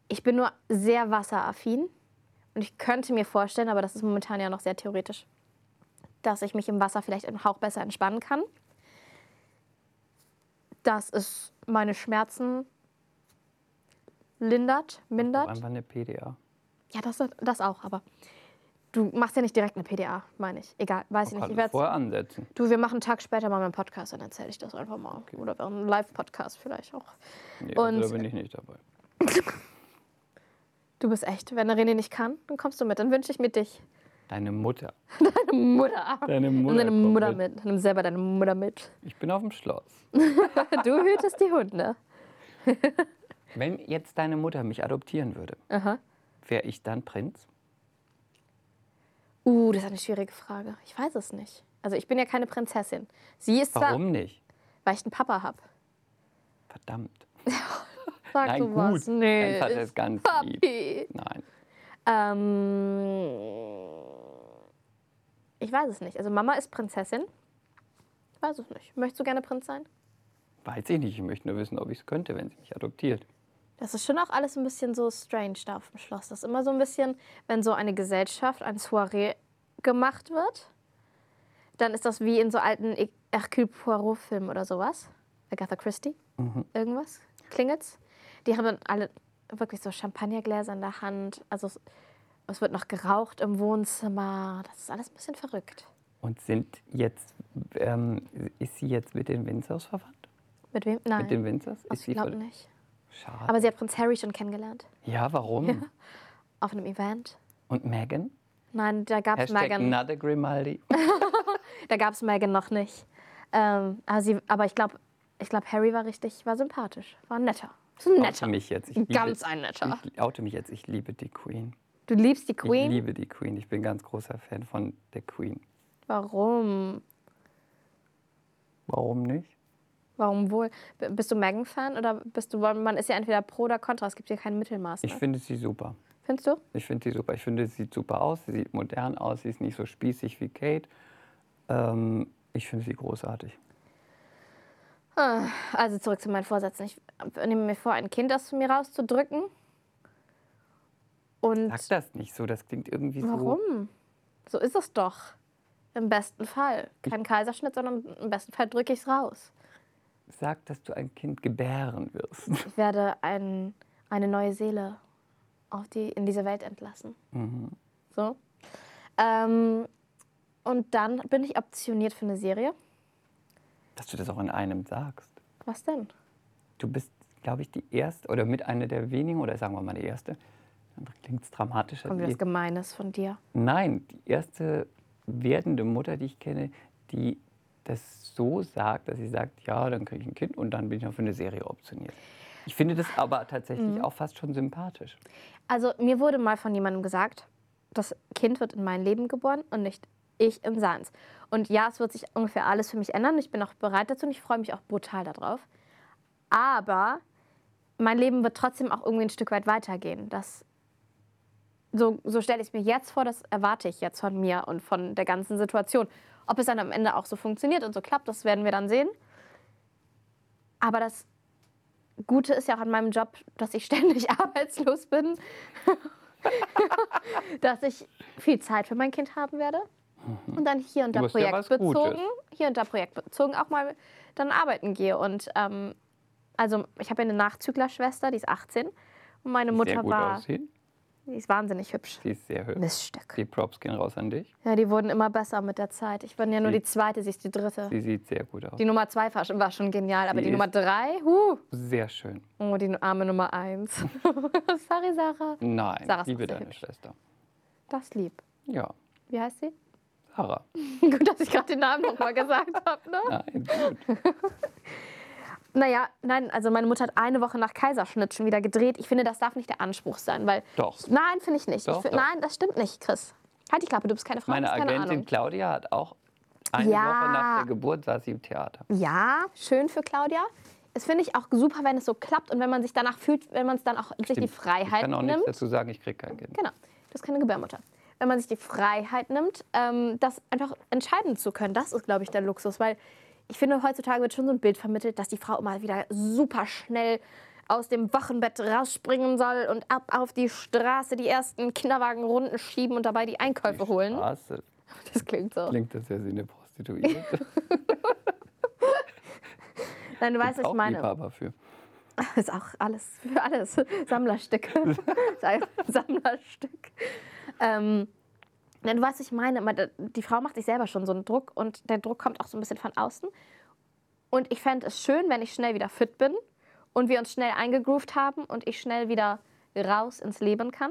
ich bin nur sehr wasseraffin und ich könnte mir vorstellen, aber das ist momentan ja noch sehr theoretisch, dass ich mich im Wasser vielleicht einen Hauch besser entspannen kann. Dass es meine Schmerzen lindert, Mach mindert. Einfach eine PDA. Ja, das, das auch, aber du machst ja nicht direkt eine PDA, meine ich. Egal, weiß ich Man nicht. Ich kann werd's- vorher ansetzen. Du, wir machen einen Tag später mal einen Podcast, dann erzähle ich das einfach mal. Oder wir einen Live-Podcast vielleicht auch. Nee, Und- also da bin ich nicht dabei. Du bist echt, wenn René nicht kann, dann kommst du mit. Dann wünsche ich mir dich. Deine Mutter. Deine Mutter. Deine Nimm Mutter. deine kommt Mutter mit. Nimm selber deine Mutter mit. Ich bin auf dem Schloss. Du hütest die Hunde. Wenn jetzt deine Mutter mich adoptieren würde, Aha. wäre ich dann Prinz? Uh, das ist eine schwierige Frage. Ich weiß es nicht. Also ich bin ja keine Prinzessin. Sie ist zwar, Warum nicht? weil ich einen Papa habe. Verdammt. Sag Nein, du was. gut. Dein Vater ist ganz lieb. Papi. Nein. Ähm, ich weiß es nicht. Also Mama ist Prinzessin. Ich weiß es nicht. Möchtest du gerne Prinz sein? Weiß ich nicht. Ich möchte nur wissen, ob ich es könnte, wenn sie mich adoptiert. Das ist schon auch alles ein bisschen so strange da auf dem Schloss. Das ist immer so ein bisschen, wenn so eine Gesellschaft, ein Soiree gemacht wird, dann ist das wie in so alten E- Hercule Poirot-Filmen oder sowas. Agatha Christie, irgendwas. Klingelt's. Die haben dann alle wirklich so Champagnergläser in der Hand. Also es, es wird noch geraucht im Wohnzimmer. Das ist alles ein bisschen verrückt. Und sind jetzt, ähm, ist sie jetzt mit den Winzers verwandt? Mit wem? Nein. Mit den Winzers? Ach, Ist ich glaube ver- nicht. Schade. Aber sie hat Prinz Harry schon kennengelernt. ja, warum? Auf einem Event. Und Megan? Nein, da gab es Hashtag Megan. another Grimaldi. Da gab es Megan noch nicht. Ähm, aber sie, aber ich glaube, ich glaub, Harry war richtig, war sympathisch. War ein netter. Ist ein Oute netter. mich jetzt. Ich liebe, Ganz ein netter. Ich oute mich jetzt. Ich liebe die Queen. Du liebst die Ich Queen? liebe die Queen. Ich bin ganz großer Fan von der Queen. Warum? Warum nicht? Warum wohl? B- Bist du Megan-Fan oder bist du, man ist ja entweder pro oder contra, es gibt hier kein Mittelmaß. Ich Ne? finde sie super. Findest du? Ich finde sie super. Ich finde, sie sieht super aus. Sie sieht modern aus. Sie ist nicht so spießig wie Kate. Ähm, ich finde sie großartig. Ah, Also zurück zu meinen Vorsätzen. Ich nehme mir vor, ein Kind aus mir rauszudrücken. Und Sag das nicht so. Das klingt irgendwie so. Warum? So ist es doch. Im besten Fall. Kein Kaiserschnitt, sondern im besten Fall drücke ich es raus. Sag, dass du ein Kind gebären wirst. Ich werde ein, eine neue Seele auf die, in diese Welt entlassen. Mhm. So. Ähm, und dann bin ich optioniert für eine Serie. Dass du das auch in einem sagst. Was denn? Du bist, glaube ich, die erste oder mit einer der wenigen, oder sagen wir mal die erste. Dann klingt es dramatischer. Kommt die- wieder das Gemeines von dir. Nein, die erste werdende Mutter, die ich kenne, die das so sagt, dass sie sagt, ja, dann kriege ich ein Kind und dann bin ich noch für eine Serie optioniert. Ich finde das aber tatsächlich Mhm. auch fast schon sympathisch. Also, mir wurde mal von jemandem gesagt, das Kind wird in mein Leben geboren und nicht ich in seins. Und ja, es wird sich ungefähr alles für mich ändern. Ich bin auch bereit dazu und ich freue mich auch brutal darauf. Aber mein Leben wird trotzdem auch irgendwie ein Stück weit weitergehen. Das, so so stelle ich es mir jetzt vor, das erwarte ich jetzt von mir und von der ganzen Situation. Ob es dann am Ende auch so funktioniert und so klappt, das werden wir dann sehen. Aber das Gute ist ja auch an meinem Job, dass ich ständig arbeitslos bin, dass ich viel Zeit für mein Kind haben werde und dann hier und da Mhm. Du hast ja was projektbezogen, Gutes. hier und da projektbezogen auch mal dann arbeiten gehe und ähm, also ich habe ja eine Nachzüglerschwester, die ist 18 und meine sehr Mutter gut war, Ne. aussehen. die ist wahnsinnig hübsch. Sie ist sehr hübsch. Miststück. Die Props gehen raus an dich. Ja, die wurden immer besser mit der Zeit. Ich bin ja nur Sie- die zweite, sie ist die dritte. Sie sieht sehr gut aus. Die Nummer zwei war schon, war schon genial, aber Sie die Nummer ist- drei, huh, Sehr schön. oh, die arme Nummer eins. Sorry, Sarah. Nein, Sarah ist liebe auch sehr deine hübsch. Schwester. Das lieb. Ja, Wie heißt sie? Sarah. Gut, dass ich gerade den Namen nochmal gesagt habe, ne? Nein, gut. Naja, nein, also meine Mutter hat eine Woche nach Kaiserschnitt schon wieder gedreht. Ich finde, das darf nicht der Anspruch sein, weil. Doch. Nein, finde ich nicht. Doch, ich find, doch. Nein, das stimmt nicht, Chris. Halt die Klappe, du bist keine Frau, Meine du hast keine Ahnung. Agentin Claudia hat auch eine Ja. Woche nach der Geburt saß sie im Theater. Ja, schön für Claudia. Das finde ich auch super, wenn es so klappt und wenn man sich danach fühlt, wenn man es dann auch sich die Stimmt. Ich Freiheit kann auch nichts nimmt. dazu sagen, ich kriege kein Kind. Genau, das ist keine Gebärmutter. Wenn man sich die Freiheit nimmt, ähm, das einfach entscheiden zu können, das ist, glaube ich, der Luxus. Weil ich finde, heutzutage wird schon so ein Bild vermittelt, dass die Frau immer wieder super schnell aus dem Wochenbett rausspringen soll und ab auf die Straße die ersten Kinderwagenrunden schieben und dabei die Einkäufe holen. Straße. Das klingt so. Klingt das ja wie eine Prostituierte. Nein, du weißt, was ich auch meine. Liebhaber für. Ist auch alles für alles. Sammlerstück. Ist ein Sammlerstück. Ähm, denn du weißt, was ich meine. Man, Die Frau macht sich selber schon so einen Druck und der Druck kommt auch so ein bisschen von außen. Und ich fände es schön, wenn ich schnell wieder fit bin und wir uns schnell eingegroovt haben und ich schnell wieder raus ins Leben kann.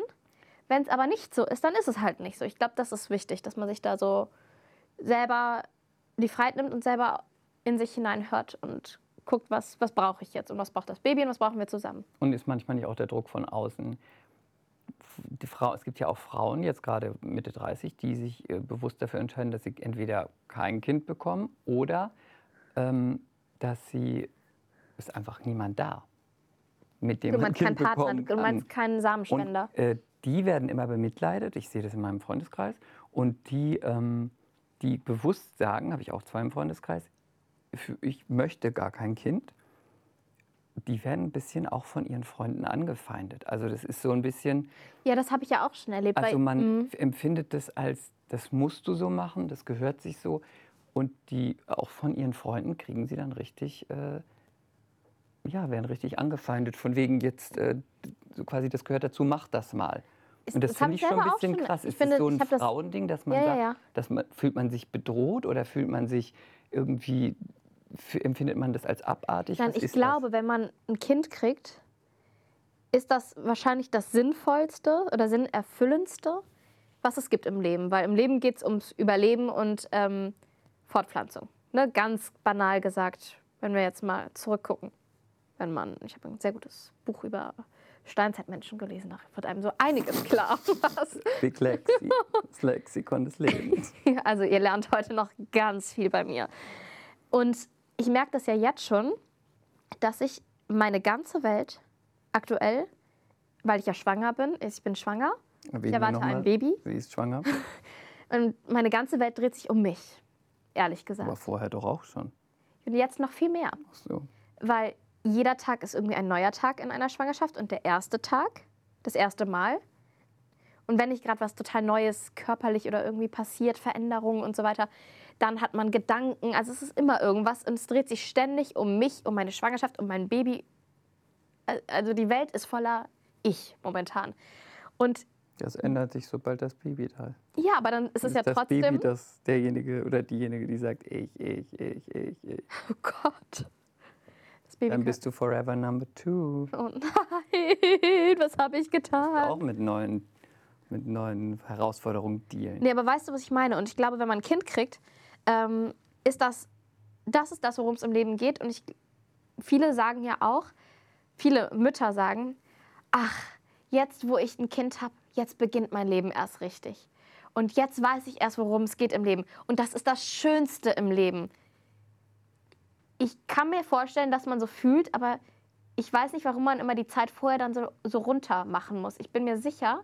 Wenn es aber nicht so ist, dann ist es halt nicht so. Ich glaube, das ist wichtig, dass man sich da so selber die Freiheit nimmt und selber in sich hineinhört und guckt, was, was brauche ich jetzt und was braucht das Baby und was brauchen wir zusammen. Und ist manchmal nicht auch der Druck von außen. Die Frau, es gibt ja auch Frauen, jetzt gerade Mitte 30, die sich äh, bewusst dafür entscheiden, dass sie entweder kein Kind bekommen oder ähm, dass sie ist einfach niemand da, mit dem Du man ein meinst Kind keinen Partner, bekommen du kann. meinst keinen Und Samenspender. äh, die werden immer bemitleidet, ich sehe das in meinem Freundeskreis, und die, ähm, die bewusst sagen, habe ich auch zwei im Freundeskreis, für- ich möchte gar kein Kind, die werden ein bisschen auch von ihren Freunden angefeindet. Also das ist so ein bisschen, ja, das habe ich ja auch schon erlebt. also weil- man Mhm. empfindet das als, das musst du so machen, das gehört sich so. Und die auch von ihren Freunden kriegen sie dann richtig, äh, ja, werden richtig angefeindet. Von wegen jetzt, äh, so quasi, das gehört dazu, mach das mal. Ist- Und das, das hab finde ich ich schon ein selber auch bisschen schon- krass. ich Ist das finde, so ich ein hab das- Frauending, dass man Ja, ja, sagt, ja. Dass man, fühlt man sich bedroht oder fühlt man sich irgendwie, f- empfindet man das als abartig? Nein, Was ich ist glaube, wenn man ein Kind kriegt, ist das wahrscheinlich das Sinnvollste oder Sinnerfüllendste, was es gibt im Leben. Weil im Leben geht es ums Überleben und ähm, Fortpflanzung. Ne? Ganz banal gesagt, wenn wir jetzt mal zurückgucken. Wenn man, ich habe ein sehr gutes Buch über Steinzeitmenschen gelesen, da wird einem so einiges klar, was das? Big Lexi, das Lexikon des Lebens. ja, also ihr lernt heute noch ganz viel bei mir. Und ich merke das ja jetzt schon, dass ich meine ganze Welt aktuell, weil ich ja schwanger bin, ich bin schwanger, ich erwarte ein Baby Sie ist schwanger, und meine ganze Welt dreht sich um mich, ehrlich aber gesagt. vorher doch auch schon. Und jetzt noch viel mehr, Ach so. weil jeder Tag ist irgendwie ein neuer Tag in einer Schwangerschaft und der erste Tag, das erste Mal. Und wenn nicht gerade was total Neues körperlich oder irgendwie passiert, Veränderungen und so weiter, dann hat man Gedanken. Also es ist immer irgendwas und es dreht sich ständig um mich, um meine Schwangerschaft, um mein Baby. Al- Also die Welt ist voller Ich momentan. Und Das ändert sich, sobald das Baby da ist. ja, aber dann ist es ja das trotzdem. Baby das derjenige oder diejenige, die sagt, ich, ich, ich, ich, ich. oh Gott. Das Baby Dann bist du forever number two. Oh nein, was habe ich getan? Auch mit neuen, mit neuen Herausforderungen dealen. Nee, aber weißt du, was ich meine? Und ich glaube, wenn man ein Kind kriegt, ähm, ist das, das ist das, worum es im Leben geht. Und ich, viele sagen ja auch, viele Mütter sagen, ach, jetzt, wo ich ein Kind habe, jetzt beginnt mein Leben erst richtig. Und jetzt weiß ich erst, worum es geht im Leben. Und das ist das Schönste im Leben. Ich kann mir vorstellen, dass man so fühlt, aber ich weiß nicht, warum man immer die Zeit vorher dann so, so runter machen muss. Ich bin mir sicher,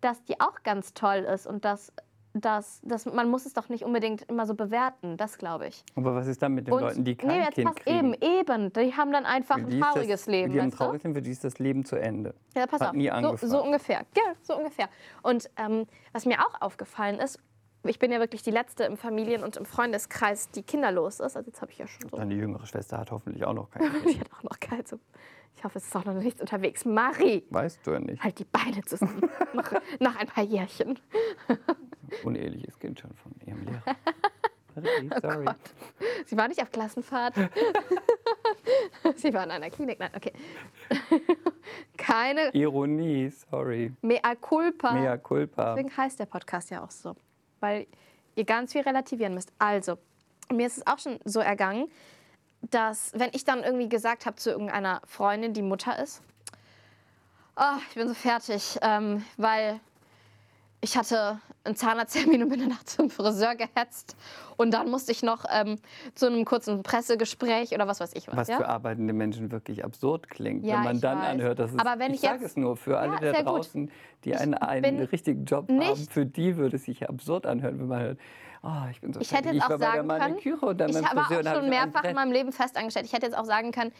dass die auch ganz toll ist und dass, dass, dass man muss es doch nicht unbedingt immer so bewerten, das glaube ich. Aber was ist dann mit den Und- Leuten, die kein jetzt Kind passt eben, kriegen? eben. Die haben dann einfach Für die ein ist das- trauriges Leben. Die haben ein weißt du? trauriges Leben, für die ist das Leben zu Ende. Ja, pass Hat auf. nie so, angefangen. so ungefähr. Ja, so ungefähr. Und ähm, was mir auch aufgefallen ist, ich bin ja wirklich die Letzte im Familien- und im Freundeskreis, die kinderlos ist. Also jetzt habe ich ja schon so. Deine jüngere Schwester hat hoffentlich auch noch kein Kind. Die hat auch noch kein so. Ich hoffe, es ist auch noch nichts unterwegs. Marie, Weißt du ja nicht. halt die Beine zusammen. nach, nach ein paar Jährchen. Uneheliches Kind schon von ihrem Lehrer. Sorry, sorry. Oh Gott. Sie war nicht auf Klassenfahrt. Sie war in einer Klinik. Nein, okay. Keine Ironie, sorry. mea culpa. Mea culpa. Ah, Deswegen heißt der Podcast ja auch so, weil ihr ganz viel relativieren müsst. Also, mir ist es auch schon so ergangen, dass wenn ich dann irgendwie gesagt habe zu irgendeiner Freundin, die Mutter ist, oh, ich bin so fertig, ähm, weil ich hatte einen Zahnarzttermin und bin danach zum Friseur gehetzt. Und dann musste ich noch ähm, zu einem kurzen Pressegespräch oder was weiß ich was. Was ja? für arbeitende Menschen wirklich absurd klingt, Ja, wenn man ich dann weiß. anhört, dass es, Aber wenn ich ich jetzt- sage es nur für alle Ja, da sehr gut. draußen, die einen, einen bin richtigen Job haben, nicht- für die würde es sich absurd anhören, wenn man hört, oh, ich bin so Ich hätte fertig. jetzt auch war bei der sagen können, Maniküre und dann ich beim habe Friseur auch und habe schon ich einen mehrfach in Brett. meinem Leben festangestellt. Ich hätte jetzt auch sagen können,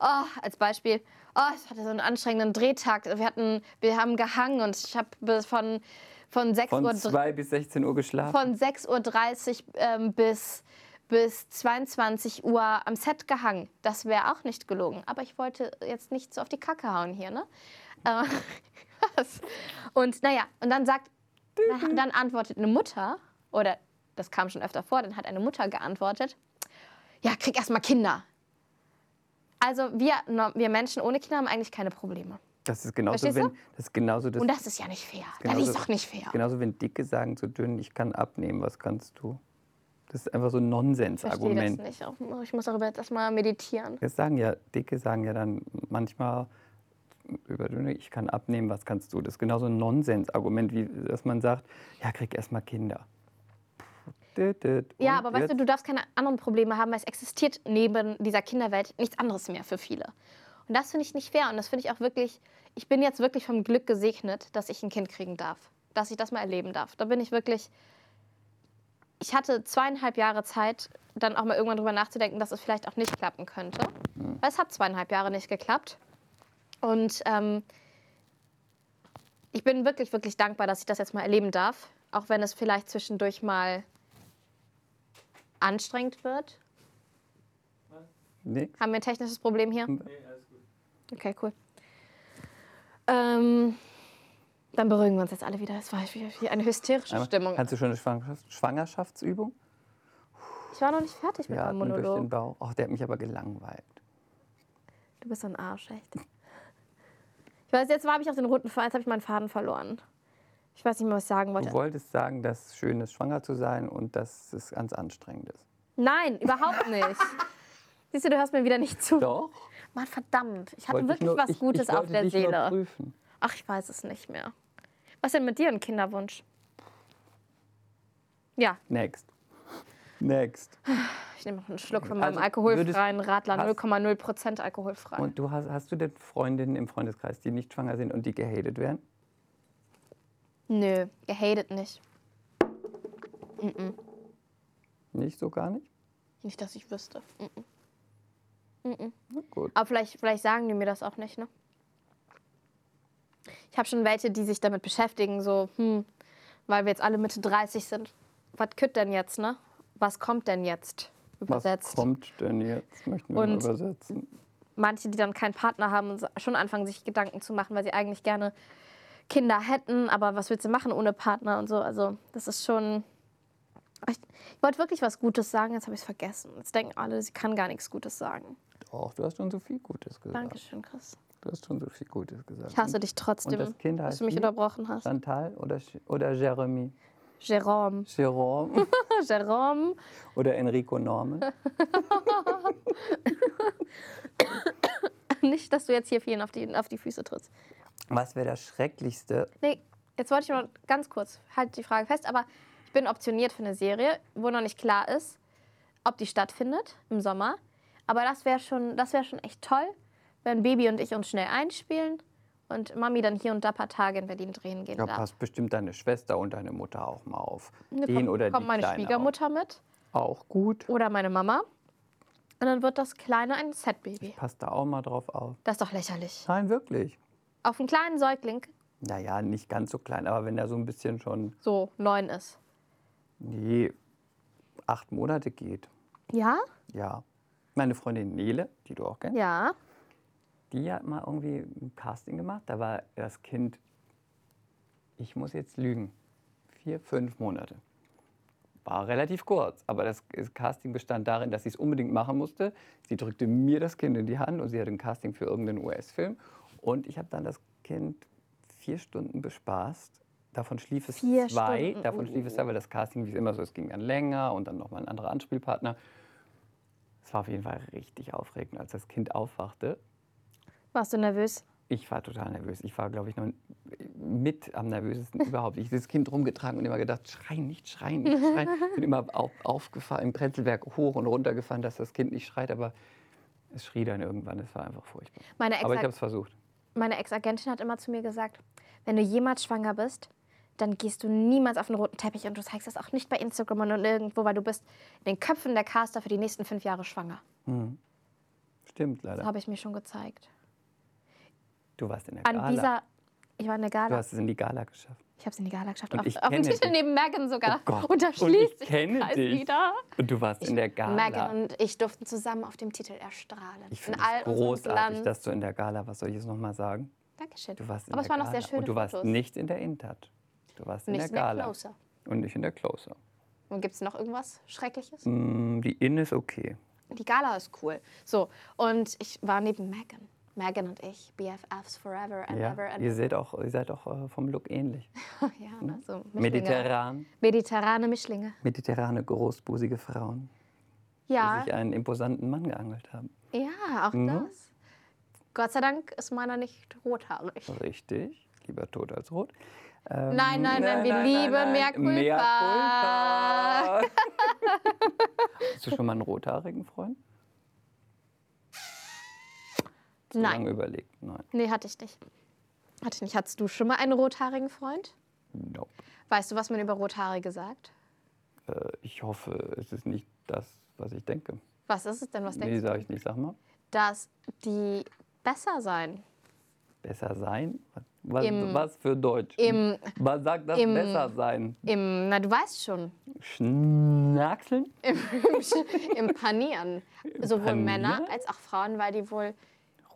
oh, als Beispiel, oh, ich hatte so einen anstrengenden Drehtag. Wir, hatten, wir haben gehangen und ich habe bis von, von 6 Uhr von dr- 2 bis 16 Uhr geschlafen. von 6.30 Uhr ähm, bis, bis 22 Uhr am Set gehangen. Das wäre auch nicht gelogen. Aber ich wollte jetzt nicht so auf die Kacke hauen hier, ne? Äh, was? und naja, und dann sagt, dann, dann antwortet eine Mutter, oder das kam schon öfter vor, dann hat eine Mutter geantwortet, ja, krieg erstmal Kinder. Also wir, no- wir Menschen ohne Kinder haben eigentlich keine Probleme. das ist genauso, Verstehst du? wenn, das ist genauso das, Und das ist ja nicht fair. Genau das so- ist doch nicht fair. genauso, wenn Dicke sagen zu dünn, ich kann abnehmen, was kannst du? Das ist einfach so ein Ich verstehe das Nonsensargument. nicht. Auch- Ich muss darüber jetzt erstmal meditieren. Das sagen ja, Dicke sagen ja dann manchmal über Dünne, ich kann abnehmen, was kannst du? Das ist genauso ein Nonsensargument, wie dass man sagt, ja, krieg erstmal Kinder. Dit, dit. Ja, Und aber weißt du, jetzt? du darfst keine anderen Probleme haben, weil es existiert neben dieser Kinderwelt nichts anderes mehr für viele. Und das finde ich nicht fair und das finde ich auch wirklich, ich bin jetzt wirklich vom Glück gesegnet, dass ich ein Kind kriegen darf, dass ich das mal erleben darf. Da bin ich wirklich, ich hatte zweieinhalb Jahre Zeit, dann auch mal irgendwann drüber nachzudenken, dass es vielleicht auch nicht klappen könnte. Weil es hat zweieinhalb Jahre nicht geklappt. Und ähm, ich bin wirklich, wirklich dankbar, dass ich das jetzt mal erleben darf. Auch wenn es vielleicht zwischendurch mal anstrengend wird. Nix. Haben wir ein technisches Problem hier? Nee, Okay, cool. Ähm, dann beruhigen wir uns jetzt alle wieder. Es war wie wie eine hysterische Einmal. Stimmung. Hattest du schon eine Schwangerschaft- Schwangerschaftsübung? Ich war noch nicht fertig mit Ja, meinem atmen durch den Monolog. Bauch. Ach, der hat mich aber gelangweilt. Du bist so ein Arsch, echt. Ich weiß, jetzt war ich auf den roten Faden, jetzt habe ich meinen Faden verloren. Ich weiß nicht mehr, was ich sagen Du wollte. wolltest sagen, dass es schön ist, schwanger zu sein und dass es ganz anstrengend ist. Nein, überhaupt nicht. Siehst du, du hörst mir wieder nicht zu. Doch. Mann, verdammt. Ich hatte wollte ich wirklich nur- was ich- Gutes ich auf wollte der dich nur Seele. prüfen. Ach, ich weiß es nicht mehr. Was denn mit dir ein Kinderwunsch? Ja, Next. Next. Ich nehme noch einen Schluck von meinem Also, alkoholfreien Radler, hast- 0,0% alkoholfrei. Und du hast, hast du denn Freundinnen im Freundeskreis, die nicht schwanger sind und die gehatet werden? Nö, gehatet nicht. Nicht so gar nicht? Nicht, dass ich wüsste. Mhm. Na gut. Aber vielleicht, vielleicht sagen die mir das auch nicht, ne? Ich habe schon welche, die sich damit beschäftigen, so, hm, weil wir jetzt alle Mitte 30 sind. Was kütt denn jetzt, ne? Was kommt denn jetzt? Was Übersetzt. kommt denn jetzt? Möchten wir mal Und- übersetzen. Manche, die dann keinen Partner haben, und schon anfangen, sich Gedanken zu machen, weil sie eigentlich gerne Kinder hätten, aber was willst du machen ohne Partner und so? Also, das ist schon. Ich, ich wollte wirklich was Gutes sagen, jetzt habe ich es vergessen. Jetzt denken alle, sie kann gar nichts Gutes sagen. Doch, du hast schon so viel Gutes gesagt. Dankeschön, Chris. Du hast schon so viel Gutes gesagt. Ich hasse dich Und trotzdem, das Kind dass heißt du mich wie? unterbrochen hast. Chantal oder, Sch- oder Jeremy? Jerome. Jerome Jerome. oder Enrico Norman? Nicht, dass du jetzt hier vielen auf die, auf die Füße trittst. Was wäre das Schrecklichste? Nee, jetzt wollte ich nur ganz kurz, halt die Frage fest, aber ich bin optioniert für eine Serie, wo noch nicht klar ist, ob die stattfindet im Sommer. Aber das wäre schon, das wär schon echt toll, wenn Baby und ich uns schnell einspielen und Mami dann hier und da ein paar Tage in Berlin drehen gehen Da darf. passt bestimmt deine Schwester und deine Mutter auch mal auf. Ne, Den kommt, oder kommt die meine Kleine Schwiegermutter mit Auch. auch gut. oder meine Mama. Und dann wird das Kleine ein Setbaby. Passt da auch mal drauf auf. Das ist doch lächerlich. Nein, wirklich. Auf einen kleinen Säugling, Naja, nicht ganz so klein, aber wenn er so ein bisschen schon so neun ist. Nee, acht Monate geht. Ja? Ja. Meine Freundin Nele, die du auch kennst, Ja. die hat mal irgendwie ein Casting gemacht. Da war das Kind, ich muss jetzt lügen, vier, fünf Monate. War relativ kurz, aber das Casting bestand darin, dass sie es unbedingt machen musste. Sie drückte mir das Kind in die Hand und sie hatte ein Casting für irgendeinen US-Film. Und ich habe dann das Kind vier Stunden bespaßt. Davon schlief es Vier zwei. Stunden, Davon oh. schlief es zwei, weil das Casting, wie es immer so ist, ging dann länger und dann nochmal ein anderer Anspielpartner. Es war auf jeden Fall richtig aufregend, als das Kind aufwachte. Warst du nervös? Ich war total nervös. Ich war, glaube ich, noch mit am nervösesten überhaupt. Ich das Kind rumgetragen und immer gedacht, schreien, nicht schreien, nicht schreien. Bin immer auf, aufgefahren, im Prenzlberg hoch und runter gefahren, dass das Kind nicht schreit, aber es schrie dann irgendwann. Es war einfach furchtbar. Meine aber ich Ex-Ag- habe es versucht. Meine Ex-Agentin hat immer zu mir gesagt, wenn du jemals schwanger bist, dann gehst du niemals auf den roten Teppich und du zeigst das auch nicht bei Instagram und irgendwo, weil du bist in den Köpfen der Caster für die nächsten fünf Jahre schwanger. Hm. Stimmt Das leider. habe ich mir schon gezeigt. Du warst in der An Gala. dieser, ich war in der du Gala. hast es in die Gala geschafft. Ich habe es in die Gala geschafft. Und Auf, ich auf dem kenne Titel dich. neben Megan sogar. Oh Gott. Und da Und ich schließt sich kenne der Kreis dich. wieder. Und du warst in der Gala. Megan und ich durften zusammen auf dem Titel erstrahlen. ich finde In all es unserem großartig, Glanz. dass du in der Gala, was soll ich jetzt nochmal sagen? Dankeschön. Du warst in Aber es der waren Gala. noch sehr schöne Und du warst Fotos. nicht in der Intat. Du warst in Nicht der in der Gala. Closer. Und nicht in der Closer. Und gibt es noch irgendwas Schreckliches? Mm, die Inn ist okay. die Gala ist cool. So, und ich war neben Megan. Megan und ich, BFFs forever and ever Ja. and Ihr hm? seht auch, ihr seid auch äh, vom Look ähnlich. ja, ne? so Mischlinge. Mediterran, Mediterrane Mischlinge. mediterrane, großbusige Frauen, die Ja, sich einen imposanten Mann geangelt haben. ja, auch Mhm. das. Gott sei Dank ist meiner nicht rothaarig. Richtig. Lieber tot als rot. Ähm, Nein, nein, nein, wir lieben Mea culpa. Mea culpa. Hast du schon mal einen rothaarigen Freund? Zu Nein, Lange überlegt. Nein. nee, hatte ich nicht. Hatte ich nicht. Hattest du schon mal einen rothaarigen Freund? Nope. Weißt du, was man über Rothaarige sagt? Äh, ich hoffe, es ist nicht das, was ich denke. Was ist es denn, was nee, denkst du? sage ich nicht. Sag mal. Dass die besser sein. Besser sein? Was, Im- was für Deutsch? Im, was sagt das im- besser sein? im, na du weißt schon, Schnackseln? im Panieren. Sowohl Panieren? Männer als auch Frauen, weil die wohl, weil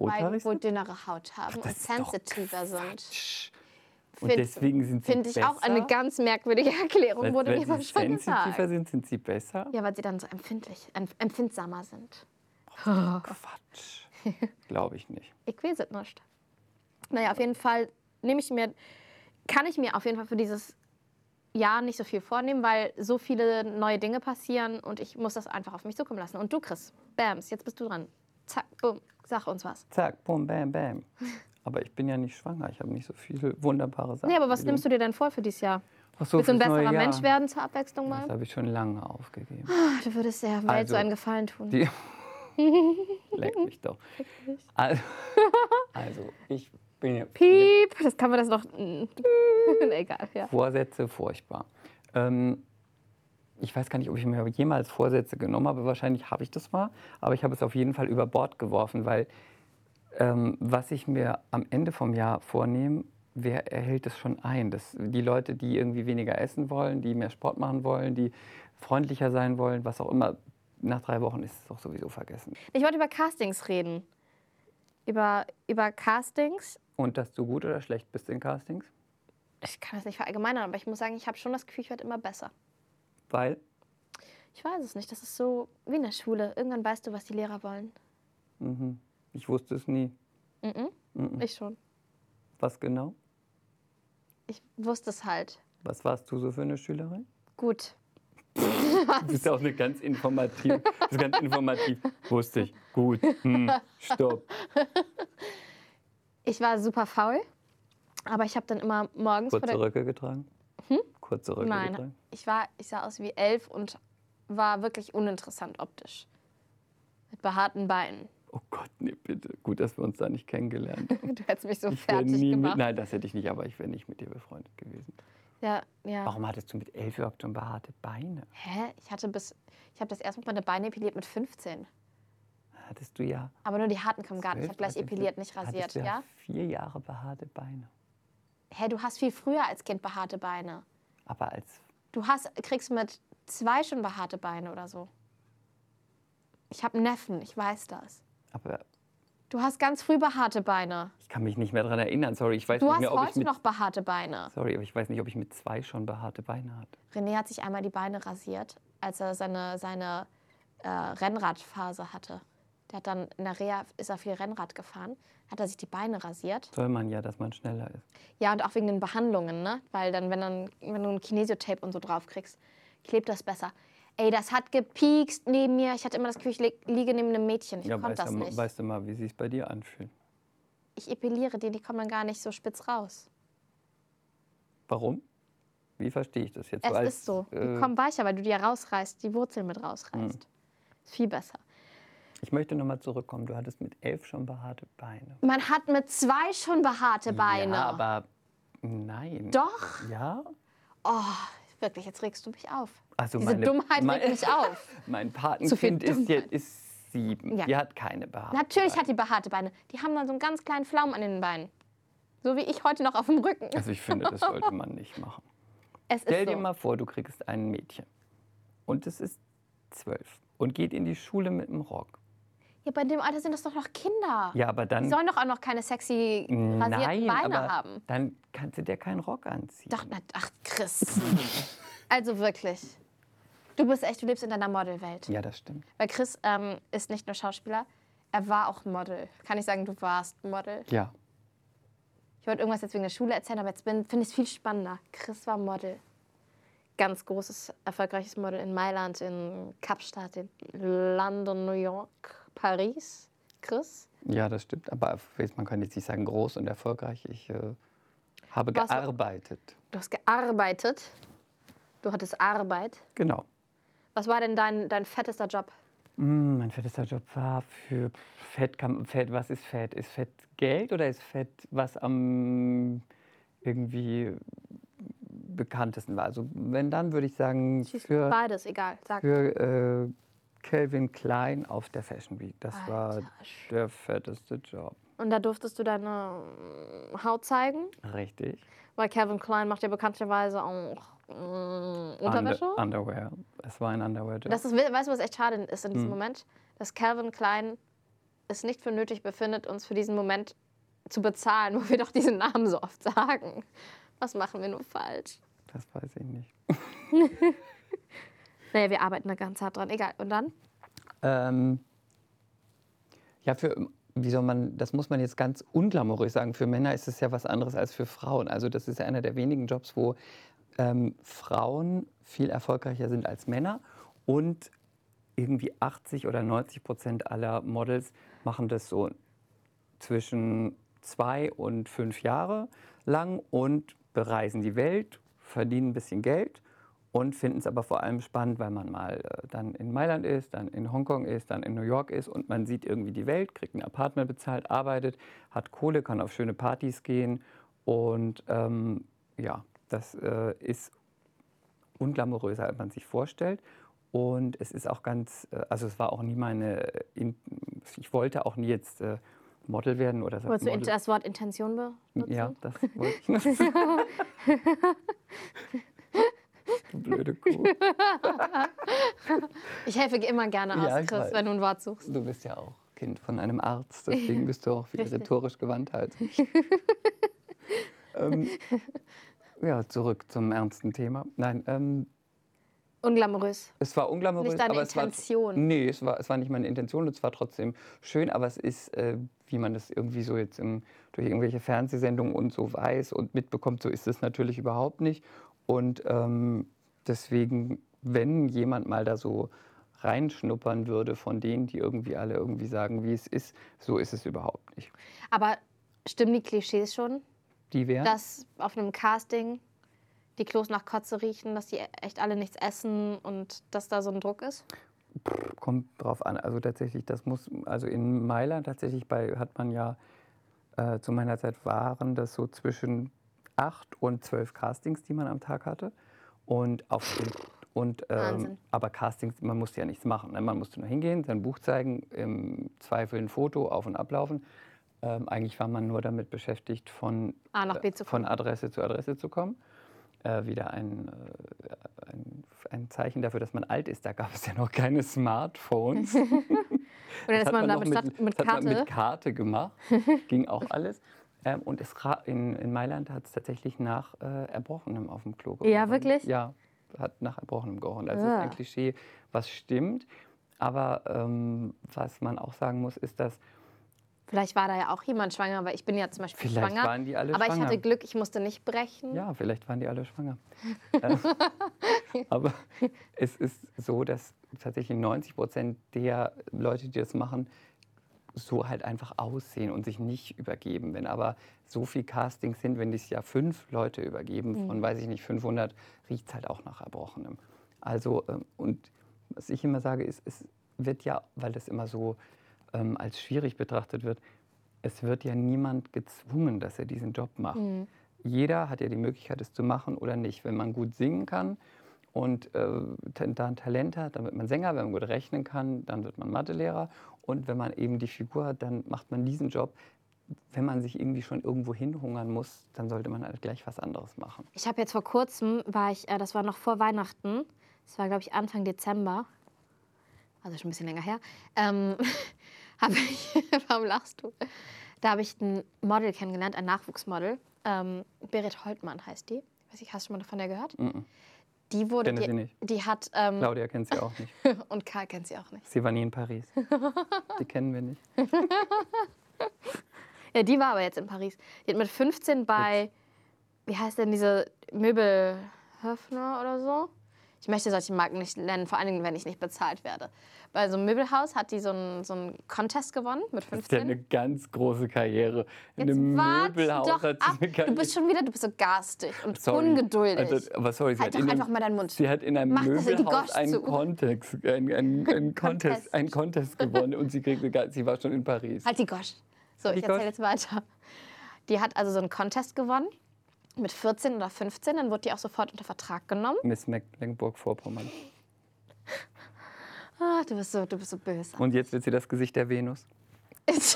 Rothaarig? die wohl dünnere Haut haben und das ist doch sensitiver sind. Quatsch. Und Find- deswegen sind sie Finde ich auch eine besser? ganz merkwürdige Erklärung, Weil- wurde weil mir aber sie schon sensitiver gesagt. sind, sind sie besser? Ja, weil sie dann so empfindlich, empf- empfindsamer sind. Quatsch. Glaube ich nicht. Ich weiß es nicht. Naja, auf jeden Fall nehme ich mir, kann ich mir auf jeden Fall für dieses Jahr nicht so viel vornehmen, weil so viele neue Dinge passieren und ich muss das einfach auf mich zukommen lassen. Und du, Chris, bams, jetzt bist du dran. Zack, bumm, sag uns was. Zack, bum, bam, bam. Aber ich bin ja nicht schwanger. Ich habe nicht so viele wunderbare Sachen. Nee, aber was nimmst du dir denn vor für dieses Jahr? Ach so, Willst du ein fürs neue besserer Jahr. Mensch werden zur Abwechslung mal? Das habe ich schon lange aufgegeben. Ach, du würdest der Welt Also, so einen Gefallen tun. Die Leck mich doch. Also, also ich bin ja Piep, das kann man das noch. Mm. Egal, ja. Vorsätze furchtbar. Ähm, ich weiß gar nicht, ob ich mir jemals Vorsätze genommen habe. Wahrscheinlich habe ich das mal, aber ich habe es auf jeden Fall über Bord geworfen, weil ähm, was ich mir am Ende vom Jahr vornehme, wer erhält es schon ein? Das, die Leute, die irgendwie weniger essen wollen, die mehr Sport machen wollen, die freundlicher sein wollen, was auch immer. Nach drei Wochen ist es doch sowieso vergessen. Ich wollte über Castings reden. Über, über Castings. Und dass du gut oder schlecht bist in Castings, Ich kann das nicht verallgemeinern, aber ich muss sagen, ich habe schon das Gefühl, ich werde immer besser. weil Ich weiß es nicht. Das ist so wie in der Schule. Irgendwann weißt du, was die Lehrer wollen. mhm, ich wusste es nie. Mhm. Mhm. Ich schon. Was genau? Ich wusste es halt. Was warst du so für eine Schülerin? Gut. Du bist auch eine ganz informativ. Das ist ganz informativ. Wusste ich. Gut. Hm. Stopp. Ich war super faul, aber ich habe dann immer morgens vor Kurze der Hm? Röcke getragen? Kurze Röcke Nein, getragen? ich, war, ich sah aus wie elf und war wirklich uninteressant optisch. Mit behaarten Beinen. Oh Gott, nee, bitte. Gut, dass wir uns da nicht kennengelernt haben. Du hättest mich so Ich wäre fertig nie mit, gemacht. nein, das hätte ich nicht, aber ich wäre nicht mit dir befreundet gewesen. ja, ja. Warum hattest du mit elf überhaupt schon behaarte Beine? Hä? Ich hatte bis. Ich habe das erste Mal meine Beine epiliert mit 15. Hattest du ja. Aber nur die Harten kamen gar nicht. Ich habe zwölf, gleich hattest du- epiliert, nicht hattest rasiert. du Ja? Vier Jahre behaarte Beine. Hä, du hast viel früher als Kind behaarte Beine. Aber als. Du hast, kriegst mit zwei schon behaarte Beine oder so. Ich habe Neffen, ich weiß das. Aber Du hast ganz früh behaarte Beine. ich kann mich nicht mehr daran erinnern. Sorry, ich weiß Du nicht hast mehr, ob ich heute mit. noch behaarte Beine. Sorry, aber ich weiß nicht, ob ich mit zwei schon behaarte Beine hatte. René hat sich einmal die Beine rasiert, als er seine, seine äh, Rennradphase hatte. Der hat dann in der Reha ist er viel Rennrad gefahren, hat er sich die Beine rasiert. Soll man ja, dass man schneller ist. Ja, und auch wegen den Behandlungen, ne? Weil dann, wenn, dann, wenn du ein Kinesiotape und so drauf kriegst, klebt das besser. Ey, das hat gepiekst neben mir. Ich hatte immer das Gefühl, ich li- liege neben einem Mädchen. Ich Ja, konnte weißt, das du, ma- nicht. weißt du mal, wie sie es bei dir anfühlt. ich epiliere die, die kommen dann gar nicht so spitz raus. Warum? Wie verstehe ich das jetzt? Es als, ist so. Die äh, kommen weicher, weil du die ja rausreißt, die Wurzeln mit rausreißt. Hm. Ist viel besser. ich möchte nochmal zurückkommen. Du hattest mit elf schon behaarte Beine. Man hat mit zwei schon behaarte Beine. Ja, aber nein. Doch. Ja? Oh, wirklich, jetzt regst du mich auf. Also Diese meine- Dummheit mein- regt mich auf. Mein Zu viel Patenkind ist, Dummheit. jetzt, ist sieben. Ja. Die hat keine behaarte Natürlich Beine. hat die behaarte Beine. Die haben dann so einen ganz kleinen Flaum an den Beinen. So wie ich heute noch auf dem Rücken. Also ich finde, das sollte man nicht machen. Es Stell ist so. dir mal vor, du kriegst ein Mädchen und es ist zwölf und geht in die Schule mit dem Rock. ja, bei dem Alter sind das doch noch Kinder. Ja, aber dann Die sollen doch auch noch keine sexy rasierten nein, Beine aber haben. dann kannst du dir keinen Rock anziehen. Doch, na, ach, Chris. also wirklich. Du bist echt, du lebst in deiner Modelwelt. Ja, das stimmt. Weil Chris ähm, ist nicht nur Schauspieler, er war auch Model. Kann ich sagen, du warst Model? Ja. Ich wollte irgendwas jetzt wegen der Schule erzählen, aber jetzt bin- finde ich es viel spannender. Chris war Model. Ganz großes, erfolgreiches Model in Mailand, in Kapstadt, in London, New York, Paris. Chris? Ja, das stimmt. Aber weiß, man kann jetzt nicht sagen, groß und erfolgreich. Ich äh, habe Warst du- gearbeitet. Du hast gearbeitet. Du hattest Arbeit. Genau. Was war denn dein, dein fettester Job? Mm, mein fettester Job war für Fett, kann, Fett. Was ist Fett? Ist Fett Geld oder ist Fett, was am irgendwie bekanntesten war? Also, wenn dann, würde ich sagen, Schieß- für, Beides, egal. Sag. für äh, Calvin Klein auf der Fashion Week. Das war Alter der fetteste Job. Und da durftest du deine äh, Haut zeigen? Richtig. Weil Calvin Klein macht ja bekannterweise auch mh, Unterwäsche. Under, Underwear. Es war ein Underwear-Job. Das ist, we- weißt du, was echt schade ist in diesem Hm. Moment? Dass Calvin Klein es nicht für nötig befindet, uns für diesen Moment zu bezahlen, wo wir doch diesen Namen so oft sagen. Was machen wir nur falsch? Das weiß ich nicht. Naja, wir arbeiten da ganz hart dran. Egal. Und dann? Ähm, ja, für, wie soll man, das muss man jetzt ganz unglamourös sagen. Für Männer ist es ja was anderes als für Frauen. Also, das ist ja einer der wenigen Jobs, wo ähm, Frauen viel erfolgreicher sind als Männer und irgendwie 80 oder 90 Prozent aller Models machen das so zwischen zwei und fünf Jahre lang und bereisen die Welt, verdienen ein bisschen Geld und finden es aber vor allem spannend, weil man mal äh, dann in Mailand ist, dann in Hongkong ist, dann in New York ist und man sieht irgendwie die Welt, kriegt ein Apartment bezahlt, arbeitet, hat Kohle, kann auf schöne Partys gehen und ähm, ja, das äh, ist unglamouröser, als man sich vorstellt. Und es ist auch ganz, äh, also es war auch nie meine, äh, in, ich wollte auch nie jetzt äh, Model werden oder so. Wolltest du Model- das Wort Intention benutzen? ja, das wollte ich noch sagen. Du Blöde Kuh. Ich helfe dir immer gerne aus, Ja, ich Chris, weiß. wenn du ein Wort suchst. Du bist ja auch Kind von einem Arzt, deswegen bist du auch viel Richtig. rhetorisch gewandt halt. ähm, ja, zurück zum ernsten Thema. Nein, ähm, Unglamourös. Es war unglamourös, Nicht deine aber es war Hm. Intention. nee, es war es war nicht meine Intention. und Es war trotzdem schön, aber es ist, äh, wie man das irgendwie so jetzt im, durch irgendwelche Fernsehsendungen und so weiß und mitbekommt, so ist es natürlich überhaupt nicht. Und ähm, deswegen, wenn jemand mal da so reinschnuppern würde von denen, die irgendwie alle irgendwie sagen, wie es ist, so ist es überhaupt nicht. Aber stimmen die Klischees schon? Die wären dass auf einem Casting die Klos nach Kotze riechen, dass die echt alle nichts essen und dass da so ein Druck ist? Kommt drauf an. Also tatsächlich, das muss, also in Mailand tatsächlich bei, hat man ja, äh, zu meiner Zeit waren das so zwischen acht und zwölf Castings, die man am Tag hatte. Und auf den, und, ähm, Wahnsinn. aber Castings, man musste ja nichts machen. Ne? Man musste nur hingehen, sein Buch zeigen, im Zweifel ein Foto auf und ablaufen. Ähm, eigentlich war man nur damit beschäftigt, von, A nach B zu Äh, von kommen. Adresse zu Adresse zu kommen. Äh, wieder ein, äh, ein, ein Zeichen dafür, dass man alt ist. Da gab es ja noch keine Smartphones. Oder dass hat man, noch damit statt mit das hat man Karte. mit Karte gemacht. Ging auch alles. Ähm, und es ra- in, in Mailand hat es tatsächlich nach äh, Erbrochenem auf dem Klo gerochen. Ja, wirklich? Ja, hat nach Erbrochenem gerochen. Also es ist Ah. ein Klischee, was stimmt. Aber ähm, was man auch sagen muss, ist, dass Vielleicht war da ja auch jemand schwanger, weil ich bin ja zum Beispiel vielleicht schwanger. waren die alle aber schwanger. ich hatte Glück, ich musste nicht brechen. Ja, vielleicht waren die alle schwanger. Ähm, Aber es ist so, dass tatsächlich 90 Prozent der Leute, die das machen, so halt einfach aussehen und sich nicht übergeben. Wenn aber so viel Castings sind, wenn dich ja fünf Leute übergeben, von weiß ich nicht, 500, riecht es halt auch nach Erbrochenem. Also, ähm, und was ich immer sage, ist, es wird ja, weil das immer so ähm, als schwierig betrachtet wird, es wird ja niemand gezwungen, dass er diesen Job macht. Hm. Jeder hat ja die Möglichkeit, es zu machen oder nicht. Wenn man gut singen kann und äh, ta- da ein Talent hat, dann wird man Sänger. Wenn man gut rechnen kann, dann wird man Mathelehrer. Und wenn man eben die Figur hat, dann macht man diesen Job. Wenn man sich irgendwie schon irgendwo hinhungern muss, dann sollte man halt gleich was anderes machen. Ich habe jetzt vor kurzem, war ich, äh, das war noch vor Weihnachten, das war glaube ich Anfang Dezember, also schon ein bisschen länger her, ähm, habe ich, warum lachst du? Da habe ich ein Model kennengelernt, ein Nachwuchsmodel. Ähm, Berit Holtmann heißt die. Weiß ich, hast du schon mal von der gehört? Mhm. Die wurde, Kenne sie die, nicht. die hat, ähm, Claudia kennt sie auch nicht. und Karl kennt sie auch nicht. Sie war nie in Paris. Die kennen wir nicht. Ja, die war aber jetzt in Paris. Die hat mit 15 bei, wie heißt denn diese Möbelhöfner oder so? Ich möchte solche Marken nicht nennen, vor allen Dingen, wenn ich nicht bezahlt werde. Bei so einem Möbelhaus hat die so einen, so einen Contest gewonnen mit Das ist ja 15. eine ganz große Karriere. In Jetzt einem warte Möbelhaus doch hat sie ab. eine Du Karriere. bist schon wieder, du bist so garstig und Sorry. ungeduldig. Also, aber sorry, sie Halt hat doch in einem, einfach mal deinen Mund. Sie hat in einem Mach das in die Möbelhaus Gosch einen zu. Kontext, ein, ein, ein Contest, Contest. ein Contest gewonnen und sie kriegte, gar- sie war schon in Paris. Halt die Gosch. So, Die ich erzähle Gosch. jetzt weiter. Die hat also so einen Contest gewonnen mit 14 oder 15. Dann wurde die auch sofort unter Vertrag genommen. Miss Mecklenburg-Vorpommern. Ah, du bist so, du bist so böse. Und jetzt wird sie das Gesicht der Venus. ist.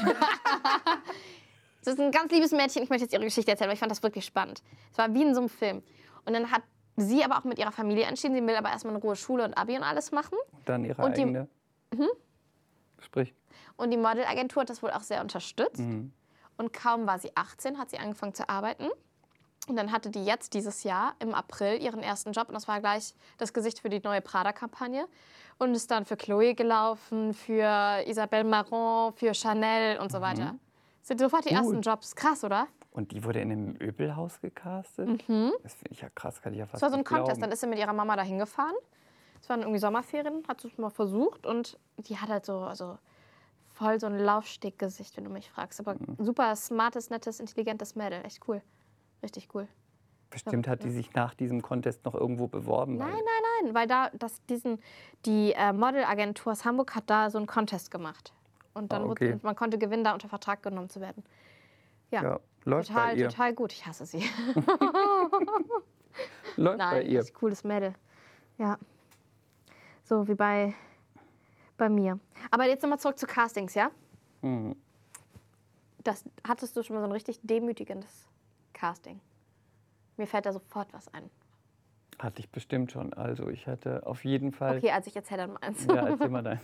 Sie ist ein ganz liebes Mädchen. Ich möchte jetzt ihre Geschichte erzählen, weil ich fand das wirklich spannend. Es war wie in so einem Film. Und dann hat sie aber auch mit ihrer Familie entschieden, sie will aber erstmal in Ruhe Schule und Abi und alles machen. Und dann ihre Und die- Mhm. eigene. Sprich. Und die Modelagentur hat das wohl auch sehr unterstützt. Und kaum war sie 18, hat sie angefangen zu arbeiten. Und dann hatte die jetzt dieses Jahr im April ihren ersten Job und das war gleich das Gesicht für die neue Prada-Kampagne und ist dann für Chloe gelaufen, für Isabelle Marant, für Chanel und so weiter. Sind sofort die Gut. ersten Jobs. Krass, oder? Und die wurde in einem Möbelhaus gecastet? Das finde ich ja krass, kann ich ja Mhm. fast Das war so ein nicht Contest. Dann glauben. ist sie mit ihrer Mama dahin gefahren. Es waren irgendwie Sommerferien, hat sie es mal versucht und die hat halt so, also voll so ein Laufsteggesicht, wenn du mich fragst. Aber Mhm. super smartes, nettes, intelligentes Mädel. Echt cool. Richtig cool. Bestimmt hat die sich nach diesem Contest noch irgendwo beworben. Also, weil- Nein, nein, nein, weil da das, diesen, die äh, Modelagentur aus Hamburg hat da so einen Contest gemacht. Und dann Ah, wurde, okay. und man konnte gewinnen, da unter Vertrag genommen zu werden. Ja, Ja, läuft bei total, ihr. total gut. Ich hasse sie. Läuft Nein, bei ihr. richtig cooles Mädel. Ja. So wie bei, bei mir. Aber jetzt nochmal zurück zu Castings, ja? Mhm. Das hattest du schon mal so ein richtig demütigendes Casting. Mir fällt da sofort was ein. Hatte ich bestimmt schon. Also ich hatte auf jeden Fall. Okay, also ich erzähle dann mal eins. Ja, erzähl mal dein.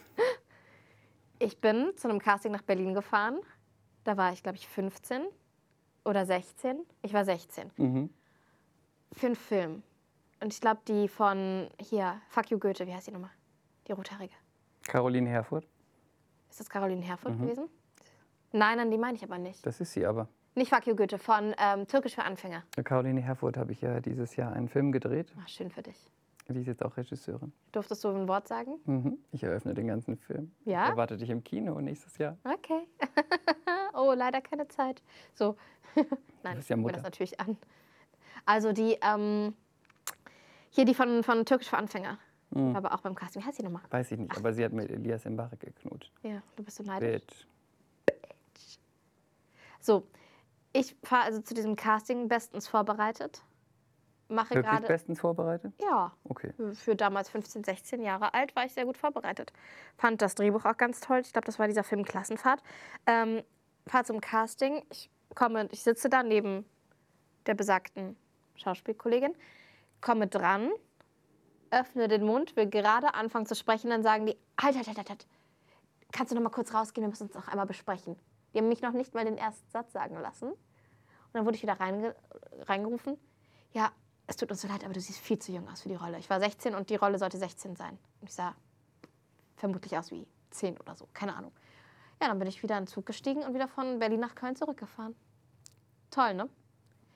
Ich bin zu einem Casting nach Berlin gefahren. Da war ich, glaube ich, 15 oder 16. Ich war 16. Mhm. Für einen Film. Und ich glaube, die von hier, Fuck You Goethe, wie heißt die nochmal? Die Rothaarige. Caroline Herfurth, Ist das Caroline Herfurth Mhm. gewesen? Nein, nein, die meine ich aber nicht. das ist sie aber. Nicht Fuck You Goethe, von ähm, Türkisch für Anfänger. Caroline Herfurth habe ich ja dieses Jahr einen Film gedreht. Ach, schön für dich. Die ist jetzt auch Regisseurin. Durftest du ein Wort sagen? Mhm. Ich eröffne den ganzen Film. Ja? Ich erwarte dich im Kino nächstes Jahr. Okay. oh, leider keine Zeit. So. Nein, bist ich guck mir ja Mutter. das natürlich an. Also die, ähm, hier die von, von Türkisch für Anfänger. Mhm. Aber auch beim Casting. Wie heißt die nochmal? Weiß ich nicht, aber sie hat mit Elias Mbarek geknutscht. Ja, du bist so neidisch. Bitch. So, ich fahre also zu diesem Casting bestens vorbereitet. Mache Wirklich gerade. bestens vorbereitet? Ja. Okay. Für damals 15, 16 Jahre alt war ich sehr gut vorbereitet. Fand das Drehbuch auch ganz toll. Ich glaube, das war dieser Film Klassenfahrt. Ähm, fahr zum Casting. Ich komme, ich sitze da neben der besagten Schauspielkollegin, komme dran, öffne den Mund, will gerade anfangen zu sprechen, dann sagen die, halt, halt, halt, halt, halt. Kannst du noch mal kurz rausgehen, wir müssen uns noch einmal besprechen. Die haben mich noch nicht mal den ersten Satz sagen lassen. Und dann wurde ich wieder reinge reingerufen. Ja, es tut uns so leid, aber du siehst viel zu jung aus für die Rolle. Ich war 16 und die Rolle sollte 16 sein. Und ich sah vermutlich aus wie 10 oder so, keine Ahnung. Ja, dann bin ich wieder in den Zug gestiegen und wieder von Berlin nach Köln zurückgefahren. Toll, ne?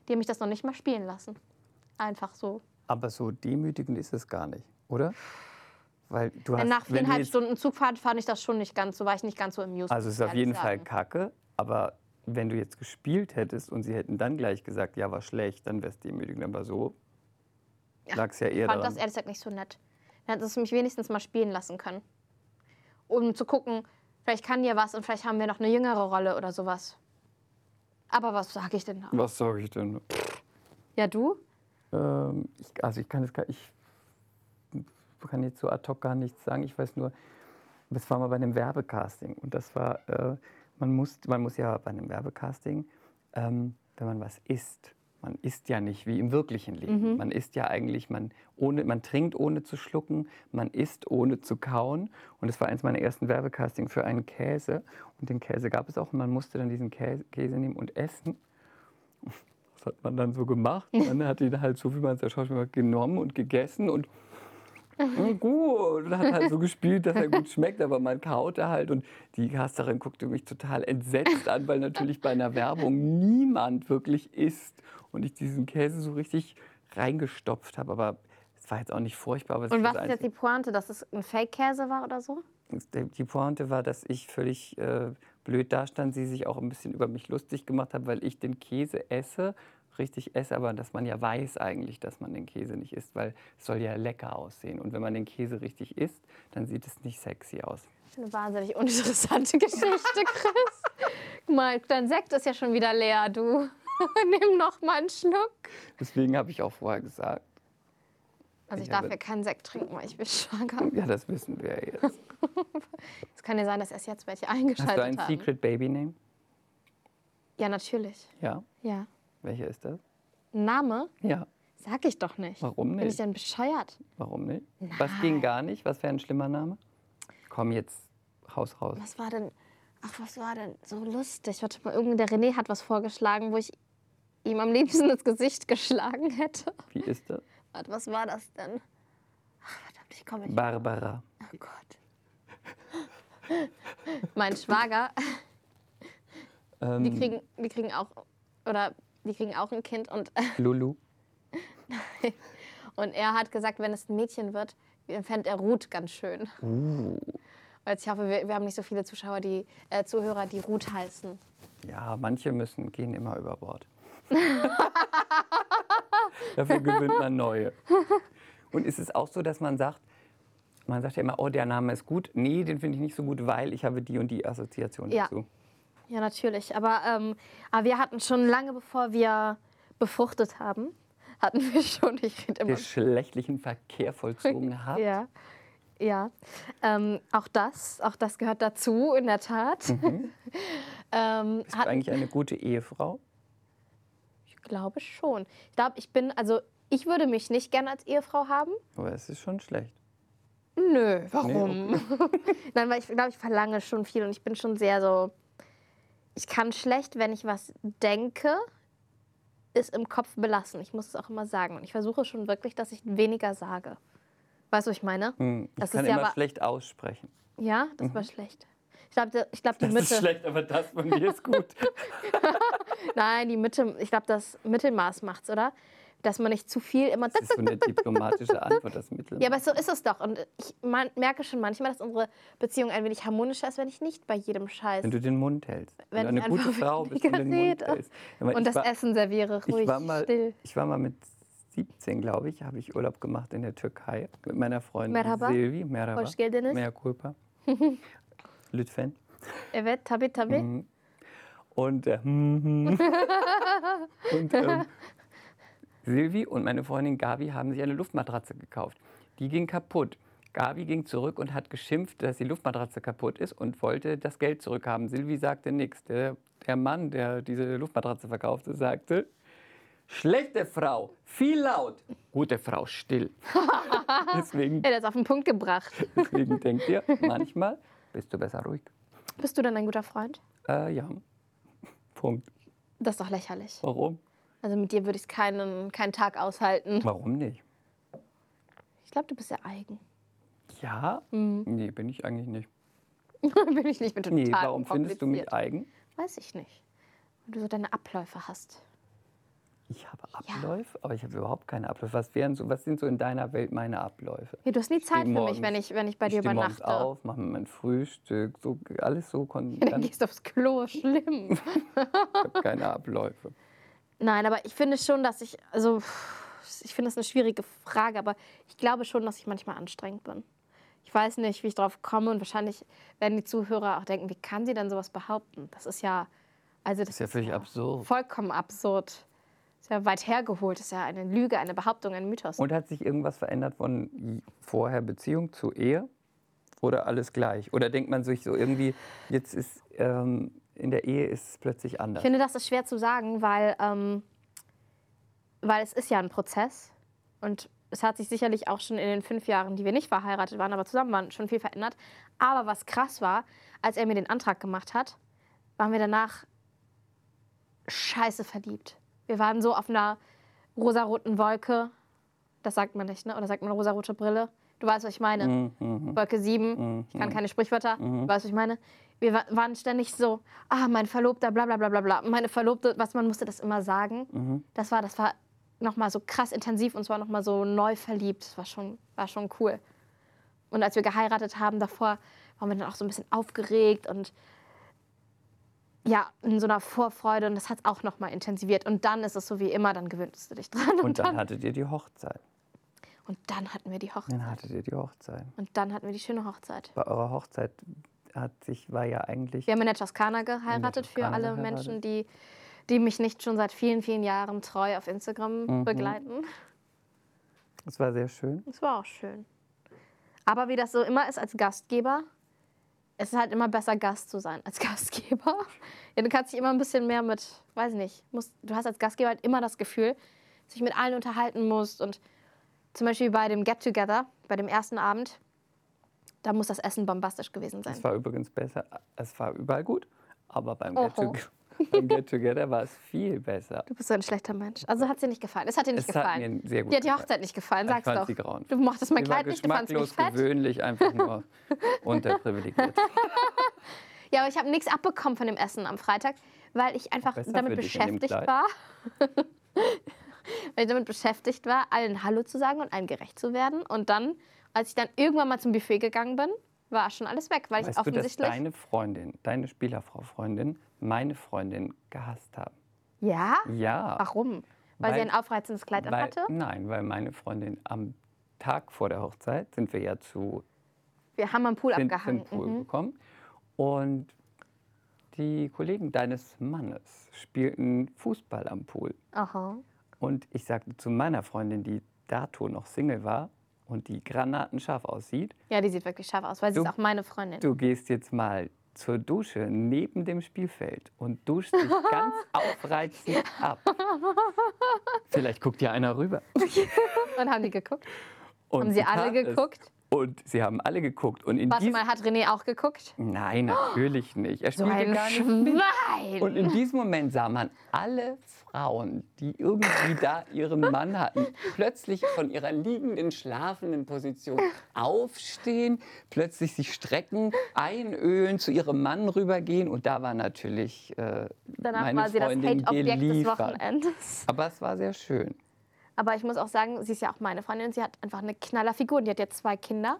Die haben mich das noch nicht mal spielen lassen. Einfach so. Aber so demütigend ist es gar nicht, oder? Weil du hast, Denn nach wenn du viereinhalb jetzt- Stunden Zugfahrt fand ich das schon nicht ganz so, war ich nicht ganz so amused. Also es ist muss ich auf ehrlich jeden Fall sagen. kacke, aber wenn du jetzt gespielt hättest und sie hätten dann gleich gesagt, ja, war schlecht, dann wär's demütigend, aber so Ja, lag's ja Ich eher fand daran. das ehrlich gesagt nicht so nett. Dann hättest du mich wenigstens mal spielen lassen können. Um zu gucken, vielleicht kann dir was und vielleicht haben wir noch eine jüngere Rolle oder sowas. Aber was sage ich denn da? Was sage ich denn? Ja, du? Ähm, ich, also ich kann jetzt gar, ich kann jetzt so ad hoc gar nichts sagen. Ich weiß nur, das war mal bei einem Werbecasting und das war, äh, man muss, man muss ja bei einem Werbecasting, ähm, wenn man was isst, man isst ja nicht wie im wirklichen Leben. Man isst ja eigentlich, man ohne, man trinkt ohne zu schlucken, man isst ohne zu kauen. Und das war eins meiner ersten Werbecastings für einen Käse und den Käse gab es auch und man musste dann diesen Käse, Käse nehmen und essen. Das hat man dann so gemacht. Man hat ihn halt so, wie man es als Schauspieler macht, genommen und gegessen und "Mm, gut. Und hat halt so gespielt, dass er gut schmeckt, aber man kaute halt. Und die Casterin guckte mich total entsetzt an, weil natürlich bei einer Werbung niemand wirklich isst. Und ich diesen Käse so richtig reingestopft habe. Aber es war jetzt auch nicht furchtbar. Aber es Und ist was das ist jetzt die Pointe, dass es ein Fake-Käse war oder so? die, die Pointe war, dass ich völlig äh, blöd dastand, sie sich auch ein bisschen über mich lustig gemacht hat, weil ich den Käse esse, richtig esse, aber dass man ja weiß eigentlich, dass man den Käse nicht isst, weil es soll ja lecker aussehen. Und wenn man den Käse richtig isst, dann sieht es nicht sexy aus. Eine wahnsinnig uninteressante Geschichte, Chris. Mal, dein Sekt ist ja schon wieder leer, du. Nimm noch mal einen Schluck. Deswegen habe ich auch vorher gesagt, Also ich Ich darf habe- ja keinen Sekt trinken, weil ich bin schwanger. ja, das wissen wir ja jetzt. Es kann ja sein, dass erst jetzt welche Hast eingeschaltet du einen haben. Secret Baby Name? Ja, natürlich. Ja. Ja. Welcher ist das? Name Ja. sag ich doch nicht. Warum Bin ich nicht? denn bescheuert? Warum nicht? Was ging gar nicht? Was wäre ein schlimmer Name? Komm jetzt, haus raus. Was war denn? Ach, was war denn so lustig? Warte mal, irgendein der René hat was vorgeschlagen, wo ich ihm am liebsten ins Gesicht geschlagen hätte. Wie ist das? Warte, was war das denn? Ach, verdammt, ich komme nicht. Barbara. Oh Gott. mein Schwager, Ähm, die kriegen, die kriegen auch oder die kriegen auch ein Kind und, Lulu. und er hat gesagt, wenn es ein Mädchen wird, fände er Ruth ganz schön. Uh. Jetzt, ich hoffe, wir, wir haben nicht so viele Zuschauer, die äh, Zuhörer, die Ruth heißen. Ja, manche müssen gehen immer über Bord. Dafür gewinnt man neue. Und ist es auch so, dass man sagt, man sagt ja immer, oh, der Name ist gut. Nee, den finde ich nicht so gut, weil ich habe die und die Assoziation Ja. dazu. Ja, natürlich. Aber, ähm, aber wir hatten schon lange bevor wir befruchtet haben, hatten wir schon, ich rede immer. Geschlechtlichen Verkehr vollzogen hat. Ja. Ja, ähm, auch das, auch das gehört dazu, in der Tat. ähm, Mhm. Bist du hat, eigentlich eine gute Ehefrau? ich glaube schon. Ich glaube, ich bin, also ich würde mich nicht gerne als Ehefrau haben. Aber es ist schon schlecht. Nö, warum? Nein, weil ich glaube, ich verlange schon viel und ich bin schon sehr so. Ich kann schlecht, wenn ich was denke, ist im Kopf belassen. Ich muss es auch immer sagen. Und ich versuche schon wirklich, dass ich weniger sage. Weißt du, was ich meine? Hm, Ich Das kann ist ja immer aber- schlecht aussprechen. Ja, das war schlecht. Ich glaube, ich glaub, die Mhm. Das ist Mitte. schlecht, aber das von mir ist gut. Nein, die Mitte. Ich glaube, das Mittelmaß macht's, oder? Dass man nicht zu viel immer. Das ist so eine diplomatische Antwort, das Mittel. Ja, aber so ist es doch. Und ich man, merke schon manchmal, dass unsere Beziehung ein wenig harmonischer ist, wenn ich nicht bei jedem Scheiß. Wenn du den Mund hältst. Wenn, Wenn du ich eine gute einfach Frau bist und den Mund rede. hältst. Wenn man- Und ich das war, Essen serviere ruhig ich war mal, still. Ich war mal mit 17, glaube ich, habe ich Urlaub gemacht in der Türkei mit meiner Freundin Merhaba. Silvi. Merhaba. Hoş geldiniz. Mea culpa. Lütfen. Evet, tabi tabi. Mhm. Und, äh, mhm. und ähm, Silvi und meine Freundin Gabi haben sich eine Luftmatratze gekauft. Die ging kaputt. Gabi ging zurück und hat geschimpft, dass die Luftmatratze kaputt ist und wollte das Geld zurückhaben. Silvi sagte nichts. Der, der Mann, der diese Luftmatratze verkaufte, sagte, schlechte Frau, viel laut, gute Frau, still. deswegen, Er hat es auf den Punkt gebracht. deswegen denkt ihr, manchmal bist du besser ruhig. Bist du denn ein guter Freund? Äh, ja, Punkt. Das ist doch lächerlich. Warum? Also mit dir würde ich keinen, keinen Tag aushalten. Warum nicht? Ich glaube, du bist ja eigen. Ja? Nee, bin ich eigentlich nicht. bin ich nicht mit Mhm. total Nee, warum findest du mich kompliziert. eigen? Weiß ich nicht. Weil du so deine Abläufe hast. Ich habe Abläufe, aber ich habe überhaupt keine Abläufe. Was, wären so, was sind so in deiner Welt meine Abläufe? Ja, du hast nie Zeit für morgens- mich, wenn ich, wenn ich bei ich dir stehe morgens übernachte. auf, mache mir mein Frühstück, so, alles so. Kon Dann ganz, ich gehst du aufs Klo, schlimm. habe keine Abläufe. Nein, aber ich finde schon, dass ich, also ich finde das eine schwierige Frage, aber ich glaube schon, dass ich manchmal anstrengend bin. Ich weiß nicht, wie ich drauf komme und wahrscheinlich werden die Zuhörer auch denken, wie kann sie denn sowas behaupten? Das ist ja, also das Ist ja völlig absurd. Vollkommen absurd. Ist ja weit hergeholt. Ist ja eine Lüge, eine Behauptung, ein Mythos. Und hat sich irgendwas verändert von j- vorher Beziehung zu Ehe? Oder alles gleich? Oder denkt man sich so irgendwie, jetzt ist ähm, in der Ehe ist es plötzlich Ich anders? finde, das ist schwer zu sagen, weil, ähm, weil es ist ja ein Prozess. Und es hat sich sicherlich auch schon in den fünf Jahren, die wir nicht verheiratet waren, aber zusammen waren, schon viel verändert. Aber was krass war, als er mir den Antrag gemacht hat, waren wir danach scheiße verliebt. Wir waren so auf einer rosaroten Wolke. Das sagt man nicht, ne? Oder sagt man rosarote Brille? Du weißt, was ich meine. Mhm, mhm, Wolke 7, mhm, ich kann mhm. keine Sprichwörter, Mhm. weißt du, was ich meine? Wir wa- waren ständig so, ah, mein Verlobter, bla bla bla bla bla, meine Verlobte, was man musste das immer sagen. Mhm. Das war, das war nochmal so krass intensiv und zwar nochmal so neu verliebt. Das war schon, war schon cool. Und als wir geheiratet haben, davor waren wir dann auch so ein bisschen aufgeregt und ja, in so einer Vorfreude und das hat es auch nochmal intensiviert. Und dann ist es so wie immer, dann gewöhnst du dich dran. Und dann hattet ihr die Hochzeit. und dann hatten wir die Dann Hochzeit. hattet ihr die Hochzeit. Und dann hatten wir die schöne Hochzeit. Bei eurer Hochzeit hat sich, war ja eigentlich. Wir haben in der Toskana geheiratet für Toskana alle geheiratet. Menschen, die, die mich nicht schon seit vielen, vielen Jahren treu auf Instagram Mhm. begleiten. Es war sehr schön. Das war auch schön. Aber wie das so immer ist als Gastgeber, es ist halt immer besser, Gast zu sein als Gastgeber. Ja, du kannst dich immer ein bisschen mehr mit, weiß nicht, musst, du hast als Gastgeber halt immer das Gefühl, dass du dich mit allen unterhalten musst. Und zum Beispiel bei dem Get-Together, bei dem ersten Abend, da muss das Essen bombastisch gewesen sein. Es war übrigens besser. Es war überall gut. Aber beim Get, Oho. Tog- beim Get Together war es viel besser. Du bist so ein schlechter Mensch. Also hat sie nicht gefallen. Es hat dir nicht Es hat gefallen. mir sehr gut Dir hat die gefallen. Hochzeit nicht gefallen, Ich sag's fand doch. sie Du grauenvoll. mochtest mein Sie war Kleid nicht, du fandst mich geschmacklos, fett. gewöhnlich, einfach nur unterprivilegiert. Ja, aber ich habe nichts abbekommen von dem Essen am Freitag, weil ich einfach Besser damit für dich in dem beschäftigt Kleid. war. weil ich damit beschäftigt war, allen Hallo zu sagen und allen gerecht zu werden. Und dann, als ich dann irgendwann mal zum Buffet gegangen bin, war schon alles weg, weil ich Weißt du, dass offensichtlich. deine Freundin, deine Spielerfrau-Freundin, meine Freundin gehasst haben? ja? Ja. Warum? Weil, sie Weil- ein aufreizendes Kleid weil, anhatte? Nein, weil meine Freundin am Tag vor der Hochzeit sind wir ja zu Wir haben am Pool Sin- abgehangen. Sinpool Mhm. gekommen und die Kollegen deines Mannes spielten Fußball am Pool. Aha. Und ich sagte zu meiner Freundin, die dato noch Single war und die granatenscharf aussieht, Ja, die sieht wirklich scharf aus, weil sie Du- ist auch meine Freundin. Du gehst jetzt mal zur Dusche neben dem Spielfeld und duschst dich ganz aufreizend ab. Vielleicht guckt ja einer rüber. Und haben die geguckt? Und Haben sie tat alle es. geguckt? Und sie haben alle geguckt. Und in Warte diesem mal, hat René auch geguckt? Nein, natürlich nicht. Er So spielte ein gar nicht mit. Und Schwein! in diesem Moment sah man alle Frauen, die irgendwie da ihren Mann hatten, plötzlich von ihrer liegenden, schlafenden Position aufstehen, plötzlich sich strecken, einölen, zu ihrem Mann rübergehen. Und da war natürlich äh, Danach meine war sie das Freundin Hate-Objekt des geliefert. Wochenendes. Aber es war sehr schön. Aber ich muss auch sagen, sie ist ja auch meine Freundin und sie hat einfach eine Knallerfigur. Und die hat jetzt zwei Kinder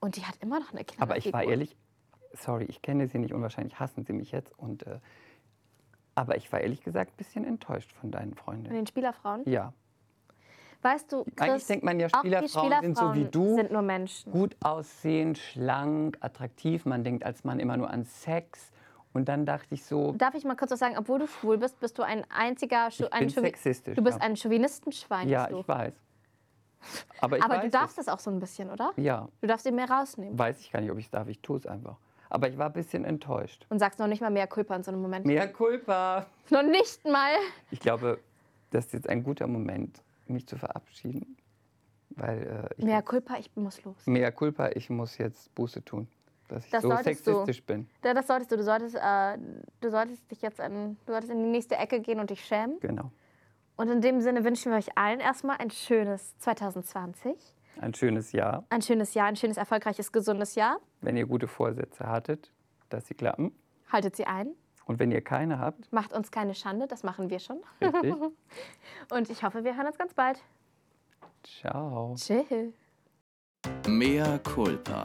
und die hat immer noch eine Knallerfigur. Aber ich war ehrlich, sorry, ich kenne sie nicht und wahrscheinlich hassen sie mich jetzt. Und, äh, aber ich war ehrlich gesagt ein bisschen enttäuscht von deinen Von Freundinnen. den Spielerfrauen. Ja. Weißt du, Chris, Eigentlich denkt man ja, auch die Spielerfrauen, sind so wie Spielerfrauen du. sind nur Menschen. gut aussehen, schlank, attraktiv. Man denkt als Mann immer nur an Sex. Und dann dachte ich so, Darf ich mal kurz was sagen? Obwohl du schwul bist, bist du ein einziger... Schu- Ich ein bin sexistisch, Du bist ja. ein Chauvinistenschwein. ja, bist du. ich weiß. Aber ich Aber weiß du darfst es. das auch so ein bisschen, oder? Ja, Du darfst ihn mehr rausnehmen. weiß ich gar nicht, ob ich es darf. Ich tue es einfach. Aber ich war ein bisschen enttäuscht. Und sagst noch nicht mal mehr Culpa in so einem Moment. Mea culpa. Noch nicht mal. Ich glaube, das ist jetzt ein guter Moment, mich zu verabschieden. Weil äh, ich, Mehr Culpa, ich muss los. mea culpa, ich muss jetzt Buße tun, dass ich Das so solltest du. sexistisch bin. Ja, das solltest du. Du solltest, äh, du solltest dich jetzt in, du solltest in die nächste Ecke gehen und dich schämen. Genau. Und in dem Sinne wünschen wir euch allen erstmal ein schönes 2020. Ein schönes Jahr. Ein schönes Jahr, ein schönes, erfolgreiches, gesundes Jahr. Wenn ihr gute Vorsätze hattet, dass sie klappen. Haltet sie ein. Und wenn ihr keine habt, Macht uns keine Schande, das machen wir schon. richtig. Und ich hoffe, wir hören uns ganz bald. Ciao. Tschüss. Mea culpa.